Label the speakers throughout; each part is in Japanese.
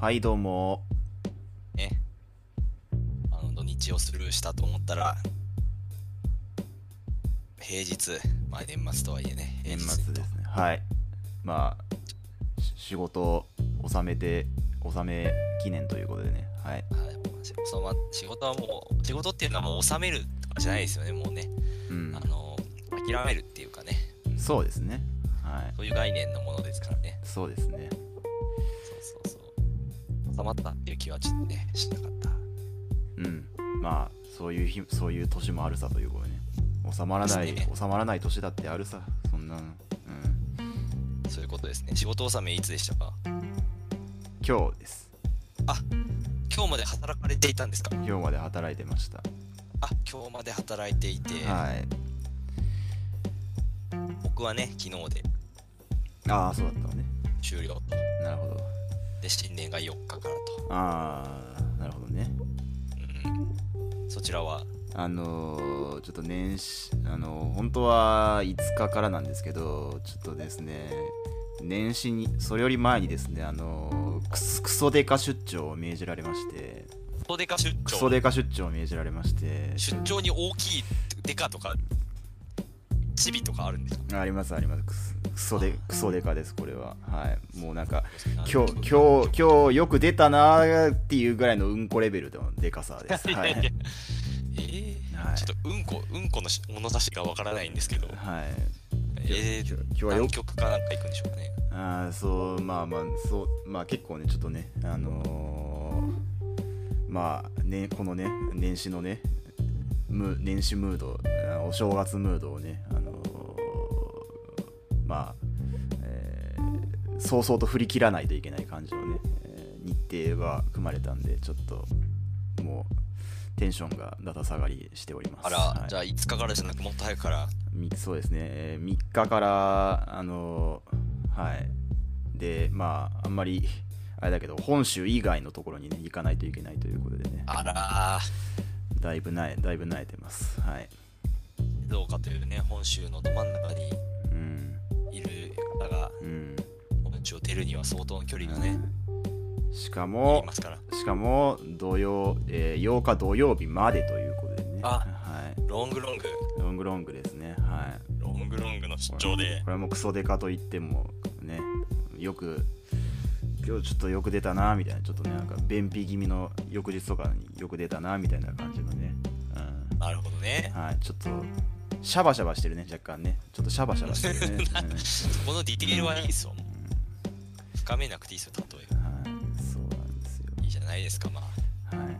Speaker 1: はいどうも
Speaker 2: ね、あの土日をスルーしたと思ったら、平日、まあ、年末とはいえね、平
Speaker 1: 年
Speaker 2: 日
Speaker 1: 末
Speaker 2: と
Speaker 1: ですねはいまあし仕事を納めて納め記念ということでねはい
Speaker 2: はいそのま仕事はもう、仕事っていうのはもう収めるとかじゃないですよね、もうね、
Speaker 1: うん
Speaker 2: あの諦めるっていうかね、
Speaker 1: そうですねはい
Speaker 2: そういう概念のものですからね、
Speaker 1: そうですね
Speaker 2: そうそうそう、収まったっていう気はちょっとね、しなかった。
Speaker 1: うんまあそういう日そういう年もあるさということでね収まらない、
Speaker 2: ですね
Speaker 1: 収まらない年だってあるさそんなのうん
Speaker 2: そういうことですね。仕事納めいつでしたか
Speaker 1: 今日です
Speaker 2: 今日まで働かれていたんですか
Speaker 1: 今日まで働いてました
Speaker 2: あ、今日まで働いていて、
Speaker 1: はい
Speaker 2: 僕はね、昨日で
Speaker 1: ああそうだったわね
Speaker 2: 終了と。
Speaker 1: なるほど
Speaker 2: で、新年が4日からと。
Speaker 1: ああなるほどね
Speaker 2: うん、そちらは、
Speaker 1: あのーちょっと年始、あのー本当は5日からなんですけど、ちょっとですね、年始に、それより前にですね、あのークスクソデカ出張を命じられまして、
Speaker 2: クソデカ出
Speaker 1: ク
Speaker 2: 張
Speaker 1: ソデカ出張を命じられまして、
Speaker 2: 出張に大きいデカとか、チビとかあるんですか
Speaker 1: ありますあります、クスクソデクソデカです、これは。はい、もうなんか、今日、
Speaker 2: 日、
Speaker 1: 今日、今日よく出たなーっていうぐらいのうんこレベルのデカさです。はい
Speaker 2: やいや
Speaker 1: い。
Speaker 2: えー
Speaker 1: はい
Speaker 2: ちょっとうんこ、うんこのし物差しがわからないんですけど、
Speaker 1: はい、今
Speaker 2: えー
Speaker 1: 日、今日はよ
Speaker 2: 南極かなんか行くんでしょうかね。
Speaker 1: あーそうまあまあそうまあ結構ねちょっとねあのーまあねこのね年始のねム年始ムードあお正月ムードをねあのーまあ、えー、早々と振り切らないといけない感じのね、えー日程は組まれたんでちょっともうテンションがだだ下がりしております
Speaker 2: あら、
Speaker 1: はい
Speaker 2: じゃあ5日からじゃなくもっと早くから、
Speaker 1: みそうですね、え3日から、あのはい。で、まあ、あんまり、あれだけど、本州以外のところに、ね、行かないといけないということでね、
Speaker 2: あら
Speaker 1: だいぶなえ、だいぶなえてます。はい。
Speaker 2: ー、どうかというね、本州のど真ん中に
Speaker 1: うん、
Speaker 2: いる方が、
Speaker 1: うん。
Speaker 2: 本州を出るには相当の距離がね、
Speaker 1: しか
Speaker 2: いり
Speaker 1: も
Speaker 2: ま、すから、
Speaker 1: しかも、土曜、えー8日土曜日までということでね、
Speaker 2: あ
Speaker 1: はい。
Speaker 2: ロングロング、
Speaker 1: ロングロングですね、はい。
Speaker 2: ロングロングの出張で
Speaker 1: こ。れはもうクソデカと言ってもねよく今日ちょっとよく出たなみたいなちょっとねなんか便秘気味の翌日とかによく出たなみたいな感じのね、う
Speaker 2: なるほどね
Speaker 1: ん、。はいちょっとシャバシャバしてるね若干ねちょっとシャバシャバしてるね、
Speaker 2: そこのディテールはいいですよ。もう深めなくていいですよ、例
Speaker 1: うんはいそうなんですよ
Speaker 2: え。いいじゃないですか、まあ。
Speaker 1: はいい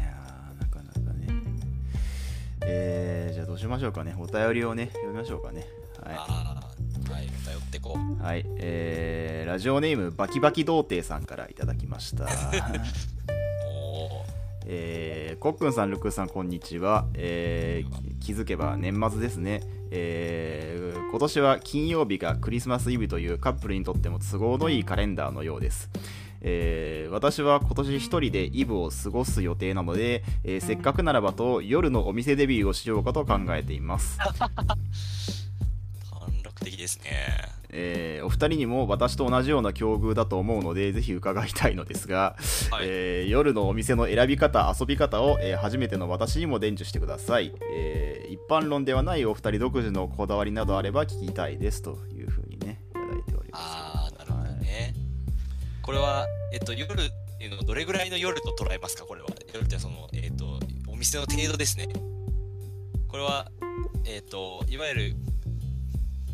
Speaker 1: やーなかなかねえー、じゃあどうしましょうかねお便りをね読みましょうかねはい
Speaker 2: ああ、はい、頼ってこう。
Speaker 1: はい、えー、ラジオネームバキバキ童貞さんからいただきました、
Speaker 2: おお、
Speaker 1: えー、コックンさんルックさんこんにちは、えーき気づけば年末ですね、えー今年は金曜日がクリスマスイブというカップルにとっても都合のいいカレンダーのようですえー私は今年一人でイブを過ごす予定なので、えーせっかくならばと夜のお店デビューをしようかと考えています
Speaker 2: 短絡的ですね。
Speaker 1: えーお二人にも私と同じような境遇だと思うのでぜひ伺いたいのですが、
Speaker 2: はい
Speaker 1: えー夜のお店の選び方遊び方を、えー初めての私にも伝授してください、えー一般論ではないお二人独自のこだわりなどあれば聞きたいですというふうにねいただいております
Speaker 2: ああ、なるほどね。これは、えっと、夜っていうのをどれぐらいの夜と捉えますか、これは。夜ってその、えっと、お店の程度ですね。これは、えっと、いわゆる、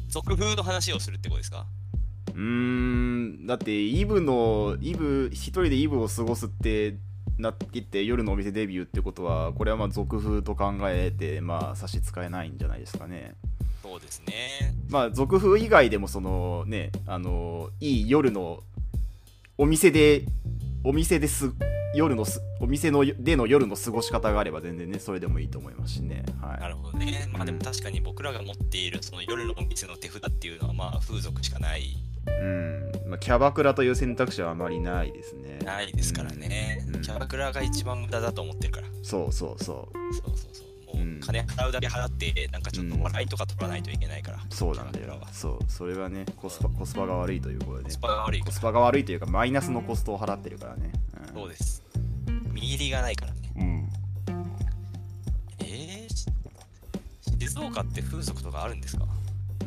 Speaker 2: 俗風の話をするってことですか
Speaker 1: うーんだってイブのイブ一人でイブを過ごすってなってって夜のお店デビューってことはこれはまあ俗風と考えてまあ差し支えないんじゃないですかね
Speaker 2: そうですね。
Speaker 1: まあ俗風以外でもそのねあのいい夜のお店でお店です夜のすお店のでの夜の過ごし方があれば全然ねそれでもいいと思いますしねはい
Speaker 2: なるほどね。まあでも確かに僕らが持っているその夜のお店の手札っていうのはまあ風俗しかない、
Speaker 1: うんまあ、キャバクラという選択肢はあまりないですね
Speaker 2: ないですからね
Speaker 1: うんう。ん
Speaker 2: キャバクラが一番無駄だと思ってるから。
Speaker 1: そうそうそう
Speaker 2: そうそうそう。
Speaker 1: うん
Speaker 2: 金払うだけ払ってなんかちょっと笑いとか取らないといけないから、
Speaker 1: そうなんだ
Speaker 2: キャバク
Speaker 1: よ
Speaker 2: ラは
Speaker 1: そうそれはねコスパコスパが悪いということで
Speaker 2: コ
Speaker 1: ね
Speaker 2: スパが悪いか
Speaker 1: コ
Speaker 2: ら
Speaker 1: スパが悪いというかマイナスのコストを払ってるからね、うん、
Speaker 2: そうです見入りがないからね
Speaker 1: うん
Speaker 2: えー、し静岡って風俗とかあるんですか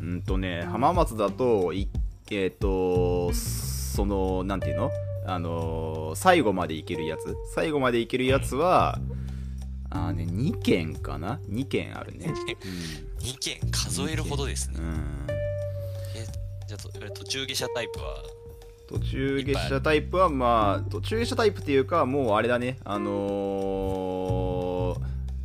Speaker 1: うんとね浜松だといえっ、とそのなんていうのあのー最後まで行けるやつ最後まで行けるやつはあーね2軒かな2軒あるね
Speaker 2: 2件数えるほどです
Speaker 1: う
Speaker 2: ね
Speaker 1: ん、うん
Speaker 2: えじゃあとえ途中下車タイプは
Speaker 1: 途中下車タイプはまあ途中下車タイプっていうかもうあれだねあのー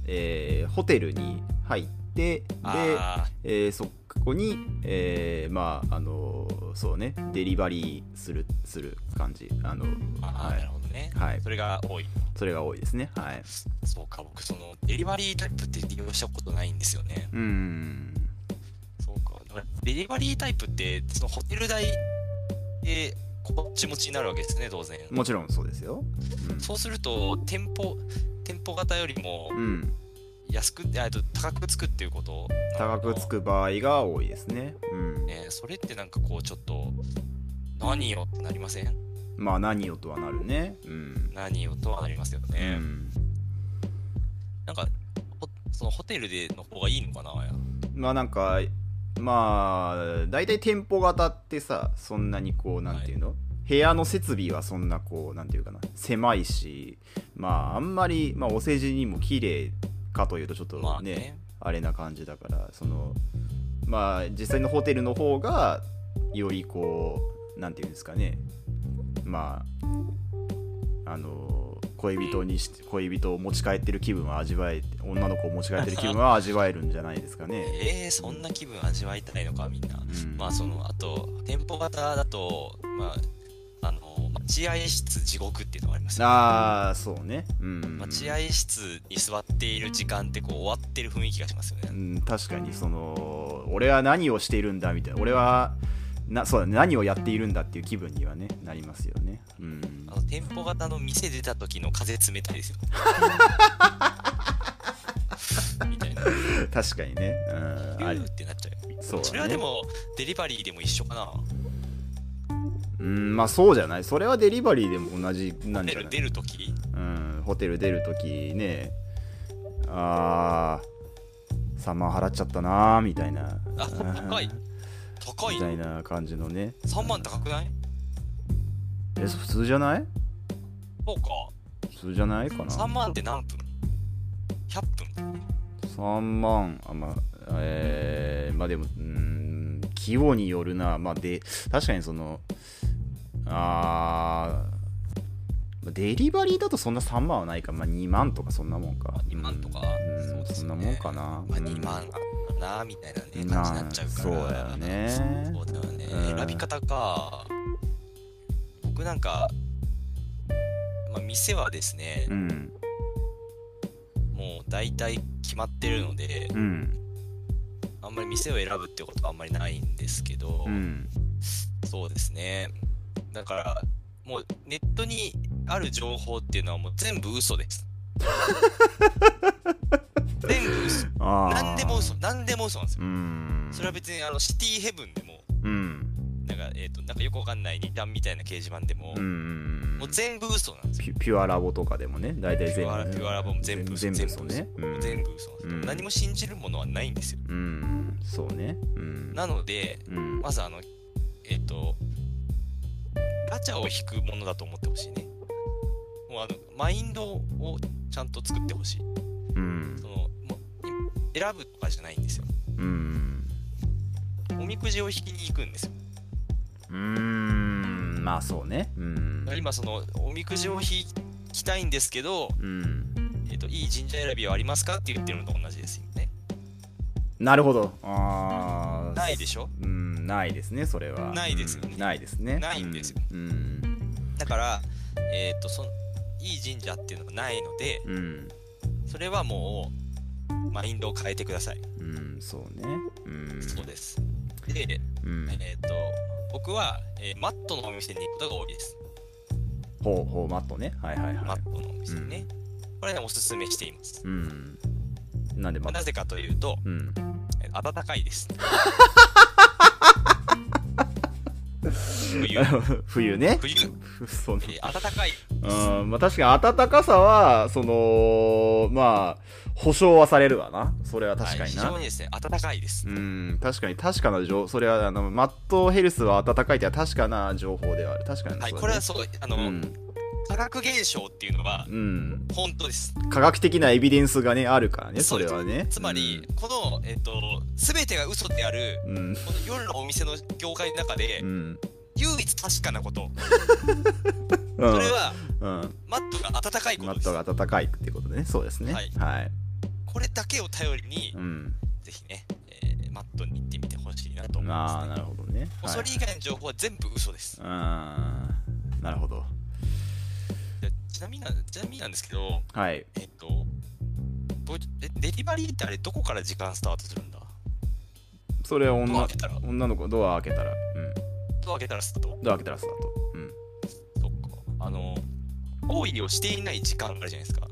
Speaker 1: えーホテルに入ってで
Speaker 2: あ
Speaker 1: えーそこに、えーまああのーそうねデリバリーするする感じあの
Speaker 2: ーあー、
Speaker 1: は
Speaker 2: ないるほどね、
Speaker 1: はい
Speaker 2: それが多い
Speaker 1: それが多いですねはい
Speaker 2: そうか僕そのデリバリータイプって利用したことないんですよね
Speaker 1: うーん
Speaker 2: そうかだからデリバリータイプってそのホテル代でこっち持ちになるわけですね当然
Speaker 1: もちろんそうですよ
Speaker 2: そうすると店舗店舗型よりも
Speaker 1: うん、うん、
Speaker 2: 安くあえっと高くつくっていうこと
Speaker 1: 高くつく場合が多いですねうん
Speaker 2: ねそれってなんかこうちょっと何よってなりません
Speaker 1: まあ何よとはなるねうん、
Speaker 2: 何よとはなりますよね、
Speaker 1: うん
Speaker 2: なんかほそのホテルでの方がいいのかな
Speaker 1: まあなんかまあ大体店舗型ってさそんなにこうなんていうの、部屋の設備はそんなこうなんていうかな狭いしまああんまり、まあ、お世辞にも綺麗かというとちょっとね,、
Speaker 2: まあ
Speaker 1: あ、
Speaker 2: ね
Speaker 1: れな感じだからそのまあ実際のホテルの方がよりこうなんていうんですかねまああの恋人にし恋人を持ち帰ってる気分は味わえ女の子を持ち帰ってる気分は味わえるんじゃないですかね。
Speaker 2: えー、そんな気分味わいたいのかみんな、
Speaker 1: うん
Speaker 2: まあそのあと店舗型だとまああの待合室地獄っていうのがありますよ
Speaker 1: ああそうねうん
Speaker 2: 待合室に座っている時間ってこう終わってる雰囲気がしますよ
Speaker 1: う
Speaker 2: ね
Speaker 1: ん確かにその俺は何をしているんだみたいな俺はなそうだね何をやっているんだっていう気分にはねなりますよねうん
Speaker 2: あの店舗型の店出た時の風冷たいですよみたいなビ
Speaker 1: 確かにねうんあれ
Speaker 2: ューってなっちゃう
Speaker 1: そうだね
Speaker 2: それはでもデリバリーでも一緒かな
Speaker 1: うんまあそうじゃないそれはデリバリーでも同じなん
Speaker 2: 出
Speaker 1: じゃ
Speaker 2: る
Speaker 1: な
Speaker 2: 出
Speaker 1: い
Speaker 2: る時
Speaker 1: うんホテル出るときねああ3万払っちゃったなーみたいな
Speaker 2: あ高い高い
Speaker 1: みたいな感じのね
Speaker 2: 3万高くない
Speaker 1: え普通じゃない
Speaker 2: そうか
Speaker 1: 普通じゃないかな
Speaker 2: 3万って何分 ?100 分
Speaker 1: 3万あまあえー、まあでもうーん規模によるなまあで確かにそのあーデリバリーだとそんな3万はないか、まあ、2万とかそんなもんか
Speaker 2: あ2万とか
Speaker 1: うん
Speaker 2: そうですね
Speaker 1: そんなもんかな、
Speaker 2: まあ
Speaker 1: うん
Speaker 2: 2万なみたいなね
Speaker 1: うん
Speaker 2: 感じになっちゃうから
Speaker 1: そうだよね
Speaker 2: そうだよね
Speaker 1: うん
Speaker 2: 選び方か僕なんか、まあ、店はですね
Speaker 1: うん
Speaker 2: もう大体決まってるので
Speaker 1: うん
Speaker 2: あんまり店を選ぶってことはあんまりないんですけど、
Speaker 1: うん
Speaker 2: そうですねだからもうネットにある情報っていうのはもう全部嘘です 全部嘘
Speaker 1: ああ
Speaker 2: 何でも嘘何でも嘘なんですよ
Speaker 1: うん
Speaker 2: それは別にあのシティヘブンでも
Speaker 1: うん
Speaker 2: なんか,、えー、となんかよくわかんない二段みたいな掲示板でも、
Speaker 1: うん
Speaker 2: もう全部嘘なんですよ
Speaker 1: ピュピュアラボとかでもね大体
Speaker 2: ピ
Speaker 1: 全
Speaker 2: ュアラ
Speaker 1: 部
Speaker 2: ピュアラボも全部嘘
Speaker 1: 全部嘘
Speaker 2: 全
Speaker 1: ね
Speaker 2: 部嘘
Speaker 1: うん
Speaker 2: 全部嘘なんですよ
Speaker 1: うん
Speaker 2: 何も信じるものはないんですよ
Speaker 1: うんそうねうん
Speaker 2: なので
Speaker 1: うん
Speaker 2: まずあのえっ、とガチャを引くものだと思ってほしいねもうあのマインドをちゃんと作ってほしい
Speaker 1: うん
Speaker 2: そのもうい選ぶとかじゃないんですよ
Speaker 1: うん
Speaker 2: おみくじを引きに行くんですよ
Speaker 1: うーんまあそうねうん
Speaker 2: だから今そのおみくじを引きたいんですけど、
Speaker 1: うん
Speaker 2: えっといい神社選びはありますかって言ってるのと同じですよね
Speaker 1: なるほどあー
Speaker 2: ないでしょ
Speaker 1: うんないですねそれは
Speaker 2: ないですよね
Speaker 1: うんないですね
Speaker 2: ないんですよ
Speaker 1: うん
Speaker 2: だからえっ、とそのいい神社っていうのがないので
Speaker 1: うん
Speaker 2: それはもうマインドを変えてください、
Speaker 1: うん、うんそうねうん
Speaker 2: そうですで
Speaker 1: うん
Speaker 2: えっ、と僕は、えーマットのお店に行くことが多いです、
Speaker 1: ほうほうマットねはいはい
Speaker 2: マ
Speaker 1: はい
Speaker 2: ットのお店にね、これはねおすすめしています
Speaker 1: うんなんでま
Speaker 2: な
Speaker 1: だ
Speaker 2: ぜかというと、
Speaker 1: うん
Speaker 2: え暖か いです。冬、
Speaker 1: 冬ね
Speaker 2: 冬、
Speaker 1: そうね
Speaker 2: え暖かい。
Speaker 1: うんまあ確かに暖かさはそのまあ保証はされるわなそれは確か
Speaker 2: は
Speaker 1: に
Speaker 2: い非
Speaker 1: な、
Speaker 2: 常にですね、暖かいです
Speaker 1: う。ん確かに確かな情それはあのマットヘルスは暖かいというのは確かな情報ではある確かに
Speaker 2: はい、
Speaker 1: そうだね
Speaker 2: これはそう、あの、
Speaker 1: うん、
Speaker 2: 化学現象っていうのは、
Speaker 1: うん、
Speaker 2: 本当です。
Speaker 1: 科学的なエビデンスがねあるからね
Speaker 2: そ
Speaker 1: そう
Speaker 2: で
Speaker 1: れ
Speaker 2: す
Speaker 1: はね
Speaker 2: つまり、この、えっと、すべてが嘘である、
Speaker 1: うん、うん
Speaker 2: この夜のお店の業界の中で、
Speaker 1: うん
Speaker 2: 唯一確かなこと、
Speaker 1: うん
Speaker 2: それは、
Speaker 1: うん、
Speaker 2: マットが暖かいこ
Speaker 1: マ
Speaker 2: とで
Speaker 1: ッ
Speaker 2: す
Speaker 1: ト。が暖かいってことねそうですね
Speaker 2: はい
Speaker 1: はい、
Speaker 2: これだけを頼りに、
Speaker 1: うん
Speaker 2: ぜひね、えーマットに行ってみてほしいなと思います、ね。
Speaker 1: ああなるほどね
Speaker 2: もうそれ以外の情報は全部嘘です。
Speaker 1: はい、うんなるほど
Speaker 2: でちなみにな、ちなみになんですけど、
Speaker 1: はい
Speaker 2: えっと、どうえデリバリーってあれどこから時間スタートするんだ
Speaker 1: それは
Speaker 2: ドア
Speaker 1: 女
Speaker 2: 開けたら、
Speaker 1: 女の子ドア開けたらうん
Speaker 2: ドア開けたらスタート。
Speaker 1: ドア開けたらスタートうん
Speaker 2: そっか。あの、行為をしていない時間あるじゃないですか。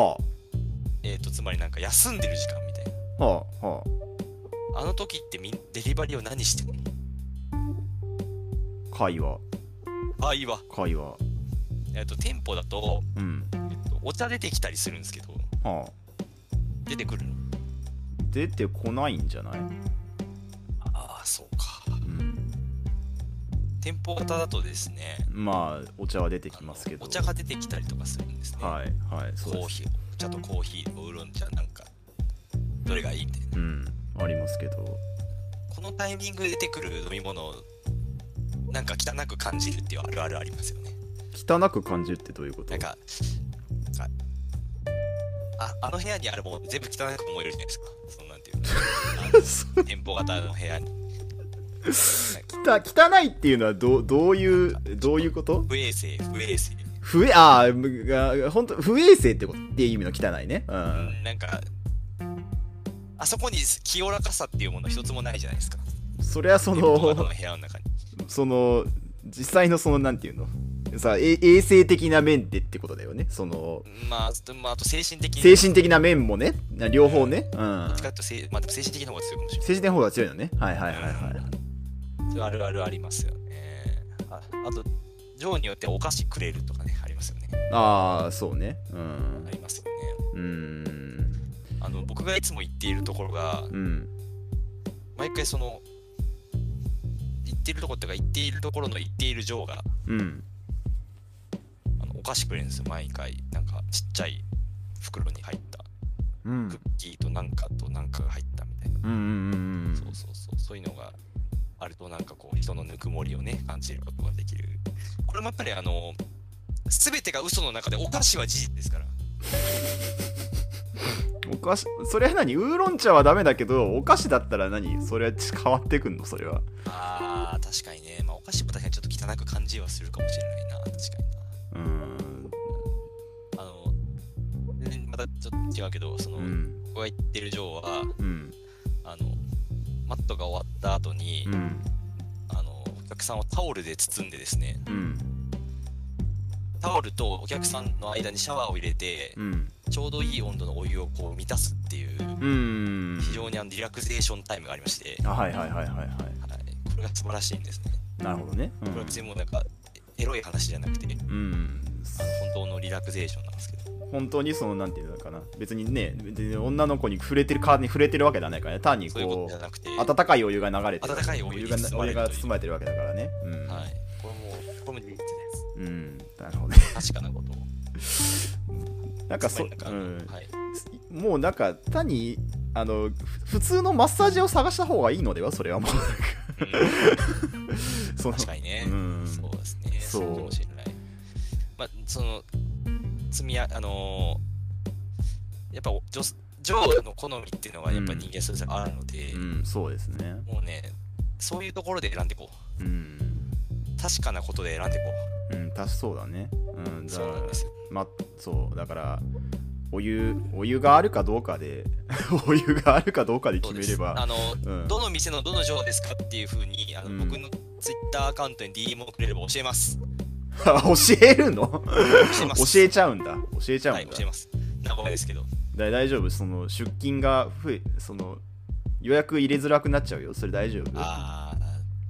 Speaker 1: は
Speaker 2: えっ、と、つまりなんか休んでる時間みたい
Speaker 1: あはあは
Speaker 2: な。あの時ってみんデリバリーを何してるの
Speaker 1: あ会話
Speaker 2: あ、いいわ。
Speaker 1: 会話
Speaker 2: えっ、と、店舗だと、
Speaker 1: うん
Speaker 2: えっとお茶出てきたりするんですけど、
Speaker 1: はあ
Speaker 2: 出てくるの
Speaker 1: 出てこないんじゃない、
Speaker 2: ああ、そうか。
Speaker 1: うん、
Speaker 2: 店舗型だとですね、
Speaker 1: まあお茶は出てきますけど
Speaker 2: お茶が出てきたりとかするんですね。
Speaker 1: はいはいそう
Speaker 2: コ
Speaker 1: です
Speaker 2: ーヒー、お茶とコーヒー、ウーロン茶なんか、どれがいいみたいな。
Speaker 1: うんありますけど
Speaker 2: このタイミングで出てくる飲み物を、なんか汚く感じるっていうあるあるありますよね。
Speaker 1: 汚く感じるってどういうこと
Speaker 2: なんか、なんかああの部屋にあるもの全部汚く思えるじゃないですか。そのなん ていうのあの、店舗型の部屋に。
Speaker 1: きた汚いっていうのはどどういうどういうこと
Speaker 2: 不衛生、不衛生。
Speaker 1: 不衛あーむが本当不衛生ってことっていう意味の汚いねう
Speaker 2: うんんなんか、あそこに清らかさっていうもの一つもないじゃないで すか。
Speaker 1: それはそ
Speaker 2: 店舗型の
Speaker 1: の
Speaker 2: 部屋の中に。
Speaker 1: その実際のそのなんていうのさえ衛生的な面でってことだよねその
Speaker 2: まあ、とまあ、あと精神的に。
Speaker 1: 精神的な面もねな両方ねうん
Speaker 2: どっちかっていうとせい、まあ、でも精神的な方が強いかもしれな
Speaker 1: 精
Speaker 2: い。
Speaker 1: 神的な方が強いのねはいはいはいはい
Speaker 2: あるあるありますよね。ああと、情によってお菓子くれるとかね、ありますよね。
Speaker 1: ああそうねう
Speaker 2: あ
Speaker 1: ん
Speaker 2: りますよ
Speaker 1: うーん
Speaker 2: ね。あの、僕がいつも行っているところが、
Speaker 1: うん
Speaker 2: 毎回その、行っているところっていうか、行っているところの行っている情が、
Speaker 1: うん
Speaker 2: あのお菓子くれるんですよ、毎回。なんか、ちっちゃい袋に入った。
Speaker 1: うん
Speaker 2: クッキーとなんかとなんかが入ったみたいな。
Speaker 1: うんうんうんうん
Speaker 2: そうそうそう、そういうのがあると、なんかこう、人のぬくもりをね、感じることができる。これもやっぱり、あの、すべてが嘘の中で、お菓子は事実ですから。
Speaker 1: お菓子それは何ウーロン茶はダメだけどお菓子だったら何それはち変わってくんのそれは
Speaker 2: あー、確かにね、まあ、お菓子も確かにちょっと汚く感じはするかもしれないな、確かに
Speaker 1: うーん
Speaker 2: な。あの、ねまたちょっと違うけど、その、
Speaker 1: うん
Speaker 2: 僕が言ってる嬢は、
Speaker 1: うん
Speaker 2: あの、マットが終わった後に、
Speaker 1: うん
Speaker 2: あの、お客さんをタオルで包んでですね、
Speaker 1: うん
Speaker 2: タオルとお客さんの間にシャワーを入れて、
Speaker 1: うん
Speaker 2: ちょうどいい温度のお湯をこう満たすっていう
Speaker 1: うん
Speaker 2: 非常にあのリラクゼーションタイムがありまして、
Speaker 1: あはいはいはいはいは
Speaker 2: はい、これが素晴らしいんですね。
Speaker 1: いなるほどねう
Speaker 2: これは別にもうなんかエロい話じゃなくて、あの
Speaker 1: ん、うん、
Speaker 2: 本当のリラクゼーションなんですけど、
Speaker 1: 本当にそのなんていうのかな別にね別に女の子に触れてる体に触れてるわけではないからね単に
Speaker 2: そういうこ
Speaker 1: こと
Speaker 2: じゃなくて、
Speaker 1: う温かいお湯が流れてる
Speaker 2: 温かいお湯に
Speaker 1: が
Speaker 2: 包
Speaker 1: お
Speaker 2: まれ
Speaker 1: 湯
Speaker 2: るという
Speaker 1: が包まれてるわけだからねうん、
Speaker 2: はい、これもこれも事実で
Speaker 1: うんなるほどね
Speaker 2: す。確かなことを。
Speaker 1: なんかそ
Speaker 2: つまりなんかあ
Speaker 1: う
Speaker 2: の
Speaker 1: ん
Speaker 2: はい、
Speaker 1: もうなんか単にあのふ普通のマッサージを探した方がいいのではそれはもうなんか
Speaker 2: うん
Speaker 1: その
Speaker 2: 確かにね、
Speaker 1: うん
Speaker 2: そうですね、
Speaker 1: そう
Speaker 2: かもしれない。まあ、その、積みあ、あのーやっぱお女女王の好みっていうのがやっぱ人間それぞれあるので、
Speaker 1: うんそうですね
Speaker 2: もうね、そういうところで選んでいこう。
Speaker 1: うん、
Speaker 2: 確かなことで選んでいこ
Speaker 1: うん、確かそうだねうん
Speaker 2: う。
Speaker 1: だか
Speaker 2: そう
Speaker 1: ら
Speaker 2: なんですよ。
Speaker 1: まそうだからお湯お湯があるかどうかで お湯があるかどうかで決
Speaker 2: そう
Speaker 1: め
Speaker 2: です
Speaker 1: れば
Speaker 2: あの、
Speaker 1: うん
Speaker 2: どの店のどの嬢ですかっていうふうに、あの、
Speaker 1: うん
Speaker 2: 僕のツイッターアカウントに DM をくれれば教えます。
Speaker 1: 教えるの
Speaker 2: 教えます。
Speaker 1: 教えちゃうんだ教えちゃうんだ、
Speaker 2: はい、教えます。名古屋ですけど。
Speaker 1: だ大丈夫その出勤が増えその予約入れづらくなっちゃうよそれ大丈夫あ
Speaker 2: あ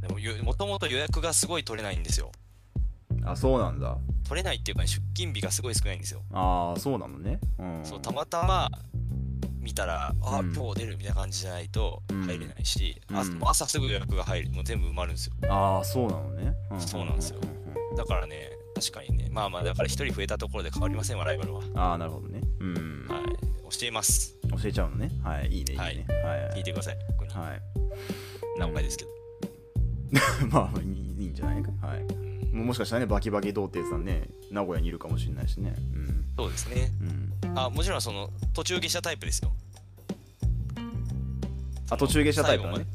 Speaker 2: ーでもよもともと予約がすごい取れないんですよ
Speaker 1: そうなんだ
Speaker 2: 取れないっていうか、出勤日がすごい少ないんですよ、
Speaker 1: ああそうなのねうん
Speaker 2: そうたまたま見たらあ、
Speaker 1: うん
Speaker 2: 今日出るみたいな感じじゃないと
Speaker 1: うん
Speaker 2: 入れないし、あ
Speaker 1: うん
Speaker 2: もう朝すぐ予約が入るもう全部埋まるんですよ
Speaker 1: ああそうなのね、
Speaker 2: そうなんですよだからね確かにねまあまあだから一人増えたところで変わりませんわライバルははい
Speaker 1: ああなるほどねうん、
Speaker 2: 教えます
Speaker 1: 教えちゃうのねはいいいねいいね
Speaker 2: はい
Speaker 1: はい
Speaker 2: 聞いてくださいここに
Speaker 1: はい
Speaker 2: 何回ですけど、
Speaker 1: まあいいいいんじゃないかはい
Speaker 2: うん
Speaker 1: ももしかしたらねバキバキ童貞さんね名古屋にいるかもしれないしね
Speaker 2: そうですね
Speaker 1: うん、うん、
Speaker 2: あもちろんその途中下車タイプですよ
Speaker 1: あ途中下車タイプだね
Speaker 2: 最後まで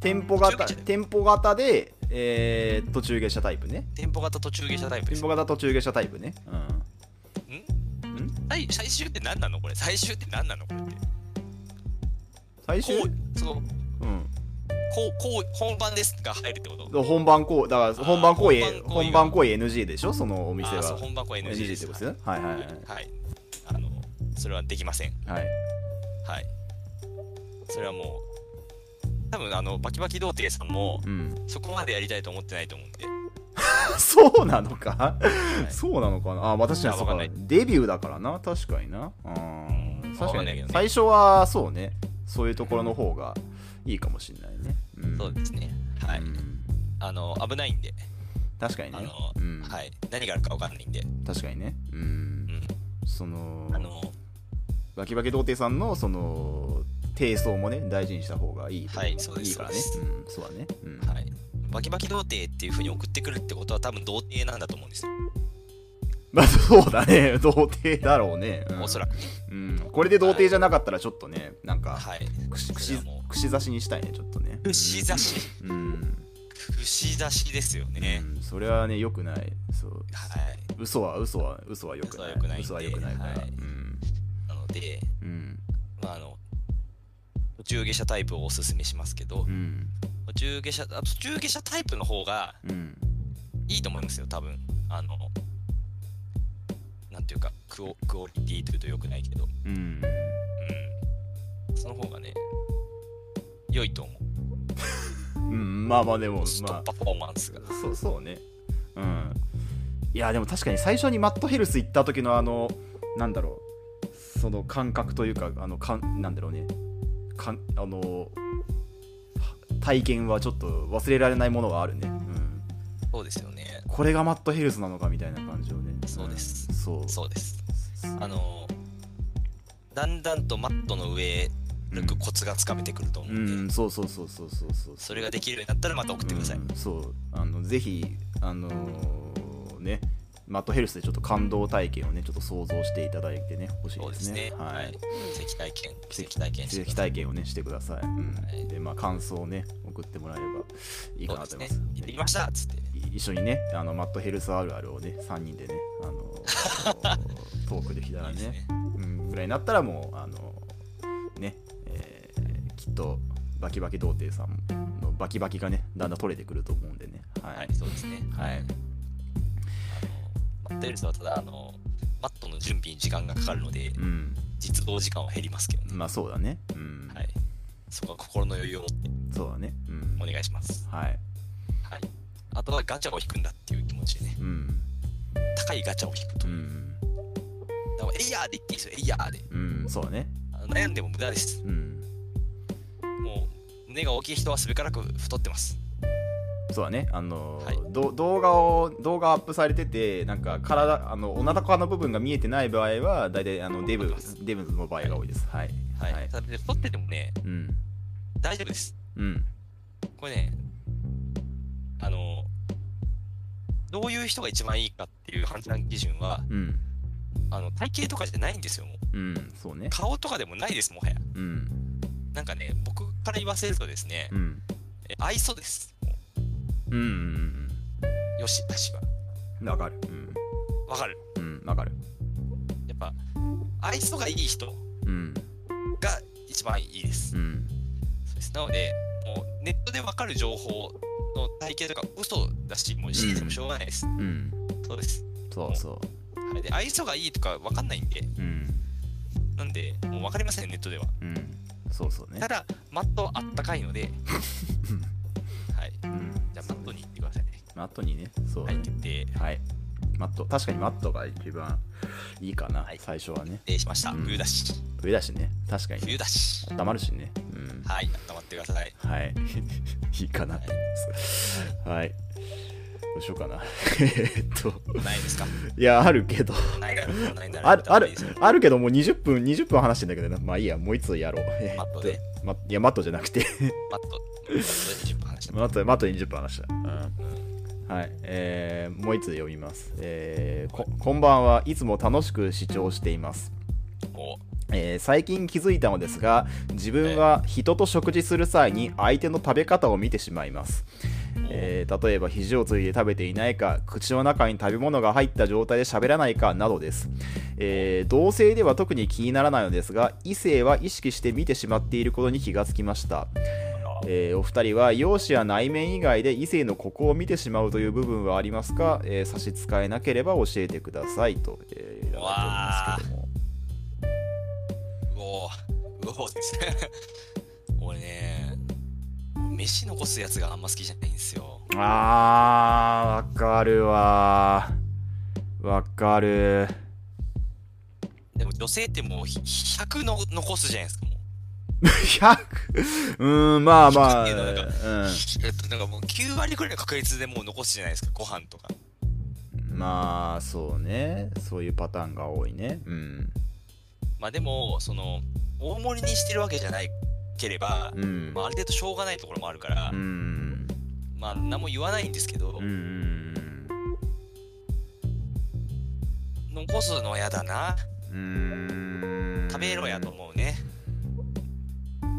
Speaker 1: 店舗型
Speaker 2: 途中下車
Speaker 1: 店舗型で、えー、途中下車タイプね
Speaker 2: 店舗型途中下車タイプで
Speaker 1: 店
Speaker 2: す
Speaker 1: 舗型途中下車タイプねうん
Speaker 2: ん
Speaker 1: ん
Speaker 2: 最最終って何なのこれ最終って何なのこれって
Speaker 1: 最終
Speaker 2: こうそのこ
Speaker 1: うん
Speaker 2: うこう本番ですが入るってこと
Speaker 1: だから本番こうだから本番行
Speaker 2: あー
Speaker 1: 為本
Speaker 2: 本
Speaker 1: 番
Speaker 2: 番
Speaker 1: 行為 NG でしょそのお店
Speaker 2: あーそう
Speaker 1: は
Speaker 2: 本番これ NG で
Speaker 1: って
Speaker 2: す
Speaker 1: ことですねはいは
Speaker 2: はいい、
Speaker 1: は
Speaker 2: はいいあのそれはできません
Speaker 1: はい
Speaker 2: はいそれはもう多分あのバキバキ童貞さんも
Speaker 1: うん
Speaker 2: そこまでやりたいと思ってないと思うんで、
Speaker 1: そうなのか
Speaker 2: はい
Speaker 1: そうなのかなあ、まあ、確かに
Speaker 2: あ
Speaker 1: そう
Speaker 2: わか
Speaker 1: か
Speaker 2: んない
Speaker 1: デビューだからな確かになうん
Speaker 2: うん
Speaker 1: 確
Speaker 2: わ
Speaker 1: か
Speaker 2: か
Speaker 1: に、
Speaker 2: んないけどね
Speaker 1: 最初はそうねそういうところの方がいいかもしれないね、うん、
Speaker 2: そうですねはい、
Speaker 1: うん
Speaker 2: あの危ないんで
Speaker 1: 確かにね
Speaker 2: あの、
Speaker 1: うん
Speaker 2: はい何があるか分かんないんで、
Speaker 1: 確かにねう
Speaker 2: うんん、
Speaker 1: その
Speaker 2: あの
Speaker 1: バキバキ童貞さんのその低層もね大事にした方がいいと
Speaker 2: はいそうです
Speaker 1: いいからね
Speaker 2: そう
Speaker 1: うんそうだねうん
Speaker 2: はい、バキバキ童貞っていうふうに送ってくるってことは多分童貞なんだと思うんですよ、
Speaker 1: まあそうだね、 童貞だろうね。うん
Speaker 2: おそらくね
Speaker 1: うん。これで童貞じゃなかったら、ちょっとね、なんか、
Speaker 2: はい
Speaker 1: 串
Speaker 2: それはもう
Speaker 1: 串刺しにしたいね、ちょっとね。
Speaker 2: 串刺し
Speaker 1: うん。
Speaker 2: 串刺しですよね、
Speaker 1: うんそれはね、よくない。そう。
Speaker 2: はい
Speaker 1: 嘘は、嘘は、嘘はよくない。
Speaker 2: 嘘は
Speaker 1: 良
Speaker 2: 良くないんで
Speaker 1: から。
Speaker 2: はい
Speaker 1: うん。
Speaker 2: なので
Speaker 1: うん。
Speaker 2: まああの途中下車タイプをおすすめしますけど
Speaker 1: うん。
Speaker 2: 途中下車あ途中下車タイプの方が
Speaker 1: うん。
Speaker 2: いいと思いますよ多分あのなんていうかクオクオリティというと良くないけど
Speaker 1: うん。
Speaker 2: うんその方がね良いと思う
Speaker 1: うん。まあまあ、でも、
Speaker 2: スト
Speaker 1: まあ
Speaker 2: ッ。パフォーマンスが、
Speaker 1: そう そうねうんいやでも確かに最初にマットヘルス行った時のあのなんだろうその感覚というかあのかんなんだろうねかんあのは体験はちょっと忘れられないものがあるね、うん、
Speaker 2: そうですよね
Speaker 1: これがマットヘルスなのかみたいな感じをね
Speaker 2: そうです
Speaker 1: んそう
Speaker 2: そうです
Speaker 1: あ
Speaker 2: あのだんだんとマットの上歩くコツがつかめてくると思う
Speaker 1: うん
Speaker 2: で、
Speaker 1: んそうそうそうそうそうそう
Speaker 2: それができるようになったらまた送ってください、
Speaker 1: うんそうあのぜひあのーねマットヘルスでちょっと感動体験をねちょっと想像していただいてね欲しい
Speaker 2: そう
Speaker 1: で
Speaker 2: ですす
Speaker 1: ね
Speaker 2: ねはい、奇跡体験奇跡体験
Speaker 1: 奇
Speaker 2: して
Speaker 1: 跡体験をねしてください、うん
Speaker 2: はい
Speaker 1: でまあ感想をね送ってもらえればいいかなと
Speaker 2: そう
Speaker 1: 思い
Speaker 2: で
Speaker 1: ますす
Speaker 2: ね行ってきましたっつって
Speaker 1: い一緒にねあのマットヘルスあるあるをね3人でねあ のートークできたら
Speaker 2: いい
Speaker 1: ね
Speaker 2: ですね
Speaker 1: うん、ぐらいになったらもうあのね、えーきっとバキバキ童貞さんのバキバキがねだんだん取れてくると思うんでね
Speaker 2: はい、そうですね
Speaker 1: はい、
Speaker 2: あのマットエルスはただあのマットの準備に時間がかかるので
Speaker 1: うん
Speaker 2: 実動時間は減りますけどね、
Speaker 1: まあそうだね。うん。
Speaker 2: はいそこは心の余裕を持って
Speaker 1: そうだね。うん
Speaker 2: お。願いします
Speaker 1: はい。
Speaker 2: はいあとはガチャを引くんだっていう気持ちでね
Speaker 1: うん。
Speaker 2: 高いガチャを引く
Speaker 1: う
Speaker 2: と、
Speaker 1: ん。
Speaker 2: だからエイヤーで言っていいですよエイヤーで
Speaker 1: うん。そうだね。
Speaker 2: あの悩んでも無駄です
Speaker 1: うん。
Speaker 2: もう胸が大きい人はすべからく太ってます
Speaker 1: そうだね。あのー、
Speaker 2: はい
Speaker 1: ど動画を、動画アップされてて、なんか体、あの、お腹の部分が見えてない場合は、大体、あの、デブ
Speaker 2: わかりま、
Speaker 1: デブの場合が多いです。はい。
Speaker 2: はい、ただね太っててもね
Speaker 1: うん。
Speaker 2: 大丈夫です
Speaker 1: うん。
Speaker 2: これねあのどういう人が一番いいかっていう判断基準は
Speaker 1: うん。
Speaker 2: あの体型とかじゃないんですよもう
Speaker 1: うん。そうね。
Speaker 2: 顔とかでもないですもはや
Speaker 1: うん。
Speaker 2: なんかね僕から言わせるとですね、
Speaker 1: うん。
Speaker 2: え愛想ですも
Speaker 1: うん。うん
Speaker 2: うよしなしは
Speaker 1: うん。わかる。うん。
Speaker 2: わかる
Speaker 1: うん。わかる。
Speaker 2: やっぱ愛想がいい人
Speaker 1: うん。
Speaker 2: が一番いいです,、
Speaker 1: うん。
Speaker 2: そうですなのでもうネットでわかる情報の体型とか嘘だしもう信じてもしょうがないです、
Speaker 1: うん。
Speaker 2: そうです
Speaker 1: そうそ
Speaker 2: はいで愛想がいいとかわかんないんで
Speaker 1: う。うん。
Speaker 2: なんで、もう分かりません、ネットでは。
Speaker 1: うんそうそうね
Speaker 2: ただ、マットはあったか いので、はい。
Speaker 1: うん
Speaker 2: じゃあ、マットに行ってくださいね。
Speaker 1: マットにねそう
Speaker 2: は
Speaker 1: ね
Speaker 2: い、決定、
Speaker 1: はいマット確かにマットが一番いいかな、最初はね
Speaker 2: 決定しました。
Speaker 1: うん
Speaker 2: 冬だし、
Speaker 1: 冬だしね確かにね
Speaker 2: 冬だし。
Speaker 1: 黙るしねうん
Speaker 2: はい、温まってください。
Speaker 1: はい いいかなと思いますはいどうしようかな えーっと
Speaker 2: ないですか
Speaker 1: いやあるけど
Speaker 2: ないから、ないなら、
Speaker 1: あるあ
Speaker 2: い
Speaker 1: る
Speaker 2: いですよ
Speaker 1: あるけどもう20分20分話してんだけどなまあいいやもういつやろうえーっと
Speaker 2: マットで
Speaker 1: まいやマットじゃなくて
Speaker 2: マット、マットで20分話して
Speaker 1: マットでマットで20分話した、うん、はいえー、もういつ読みますえー、ここんばんはいつも楽しく視聴しています
Speaker 2: も
Speaker 1: えー最近気づいたのですが自分は人と食事する際に相手の食べ方を見てしまいます、えー例えば肘をついて食べていないか口の中に食べ物が入った状態で喋らないかなどです、えー同性では特に気にならないのですが異性は意識して見てしまっていることに気がつきましたえーお二人は容姿や内面以外で異性のここを見てしまうという部分はありますか、えー差し支えなければ教えてくださいと、えー、いただいておりますけども
Speaker 2: う、うおー、うおーです。 俺ね、飯残すやつがあんま好きじゃないんですよ。
Speaker 1: あー、わかるわー。わかる。
Speaker 2: でも女性ってもうひ100の残すじゃないですか、もう。
Speaker 1: 100! うーん、まあまあ。
Speaker 2: 100っていうの
Speaker 1: う
Speaker 2: えっと、なんかもう9割ぐらいの確率でもう残すじゃないですか、ご飯とか。
Speaker 1: ん、まあ、そうね。そういうパターンが多いね。うん。
Speaker 2: まあでも、その、大盛りにしてるわけじゃないければ、
Speaker 1: うん。
Speaker 2: まあ、ある程度しょうがないところもあるから、
Speaker 1: うん。
Speaker 2: まあ何も言わないんですけど、
Speaker 1: うん。
Speaker 2: 残すのは嫌だな。
Speaker 1: うん。
Speaker 2: 食べろやと思うね。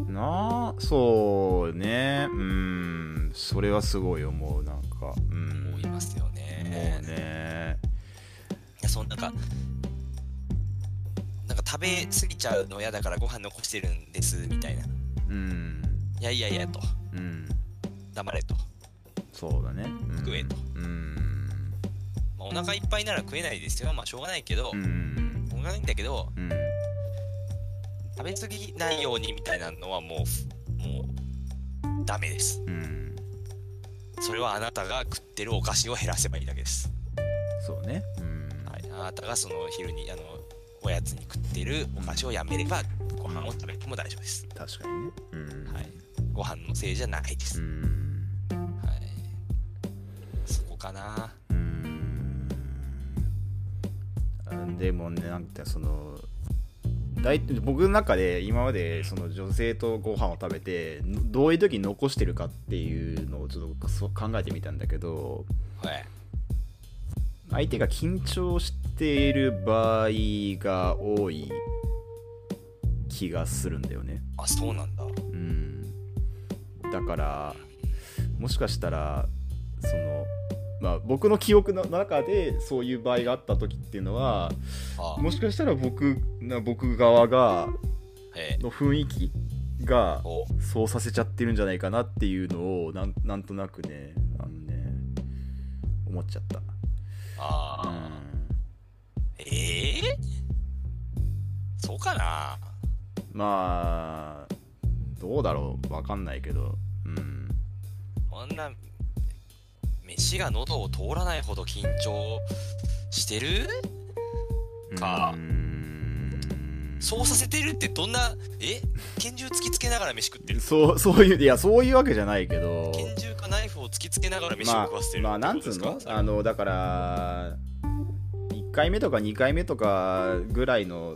Speaker 1: なあ、そうね。うん。それはすごい思う、なんか。うん。
Speaker 2: 思
Speaker 1: も
Speaker 2: いますよ
Speaker 1: う
Speaker 2: ね。
Speaker 1: ね。
Speaker 2: いや、そのなんか、なんか食べ過ぎちゃうの嫌だからご飯残してるんです、みたいな。い
Speaker 1: うん。
Speaker 2: やいやいやと、
Speaker 1: うん。
Speaker 2: 黙れと。
Speaker 1: そうだね。うん
Speaker 2: 食えと。
Speaker 1: うん。
Speaker 2: まあ、お腹いっぱいなら食えないですよ。まあしょうがないけど、
Speaker 1: うん。
Speaker 2: しょうがないんだけど、
Speaker 1: うん。
Speaker 2: 食べ過ぎないようにみたいなのはもうもうダメです
Speaker 1: うん。
Speaker 2: それはあなたが食ってるお菓子を減らせばいいだけです、
Speaker 1: そうね。うん。
Speaker 2: はい、あなたがその昼にあのおやつに食ってるお菓子をやめればご飯を食べても大丈夫です、
Speaker 1: 確かにね。うん。
Speaker 2: はい、ご飯のせいじゃないで
Speaker 1: う
Speaker 2: す、
Speaker 1: ん。
Speaker 2: はい、そこかな
Speaker 1: うん。あでもね、なんてその。大体僕の中で今までその女性とご飯を食べてのどういう時に残してるかっていうのをちょっとそう考えてみたんだけど
Speaker 2: はい
Speaker 1: 相手が緊張している場合が多い気がするんだよね。
Speaker 2: あそうなんだ
Speaker 1: うん、だからもしかしたらその、まあ、僕の記憶の中でそういう場合があった時っていうのは
Speaker 2: あ
Speaker 1: もしかしたら僕な僕側が
Speaker 2: え
Speaker 1: の雰囲気が
Speaker 2: ー、お
Speaker 1: そうさせちゃってるんじゃないかなっていうのをなんなんとなくねあのね思っちゃった。
Speaker 2: あ
Speaker 1: う
Speaker 2: ー、
Speaker 1: ん
Speaker 2: ええそうかな
Speaker 1: まあどうだろうわかんないけど、うん、
Speaker 2: こんな飯が喉を通らないほど緊張してるか
Speaker 1: うん
Speaker 2: そうさせてるってどんなえ拳銃突きつけながら飯食ってる
Speaker 1: そう そういういやそういうわけじゃないけど
Speaker 2: 拳銃かナイフを突きつけながら飯を
Speaker 1: まあ
Speaker 2: 食わせてる
Speaker 1: まあなんつうのあのだから1回目とか2回目とかぐらいの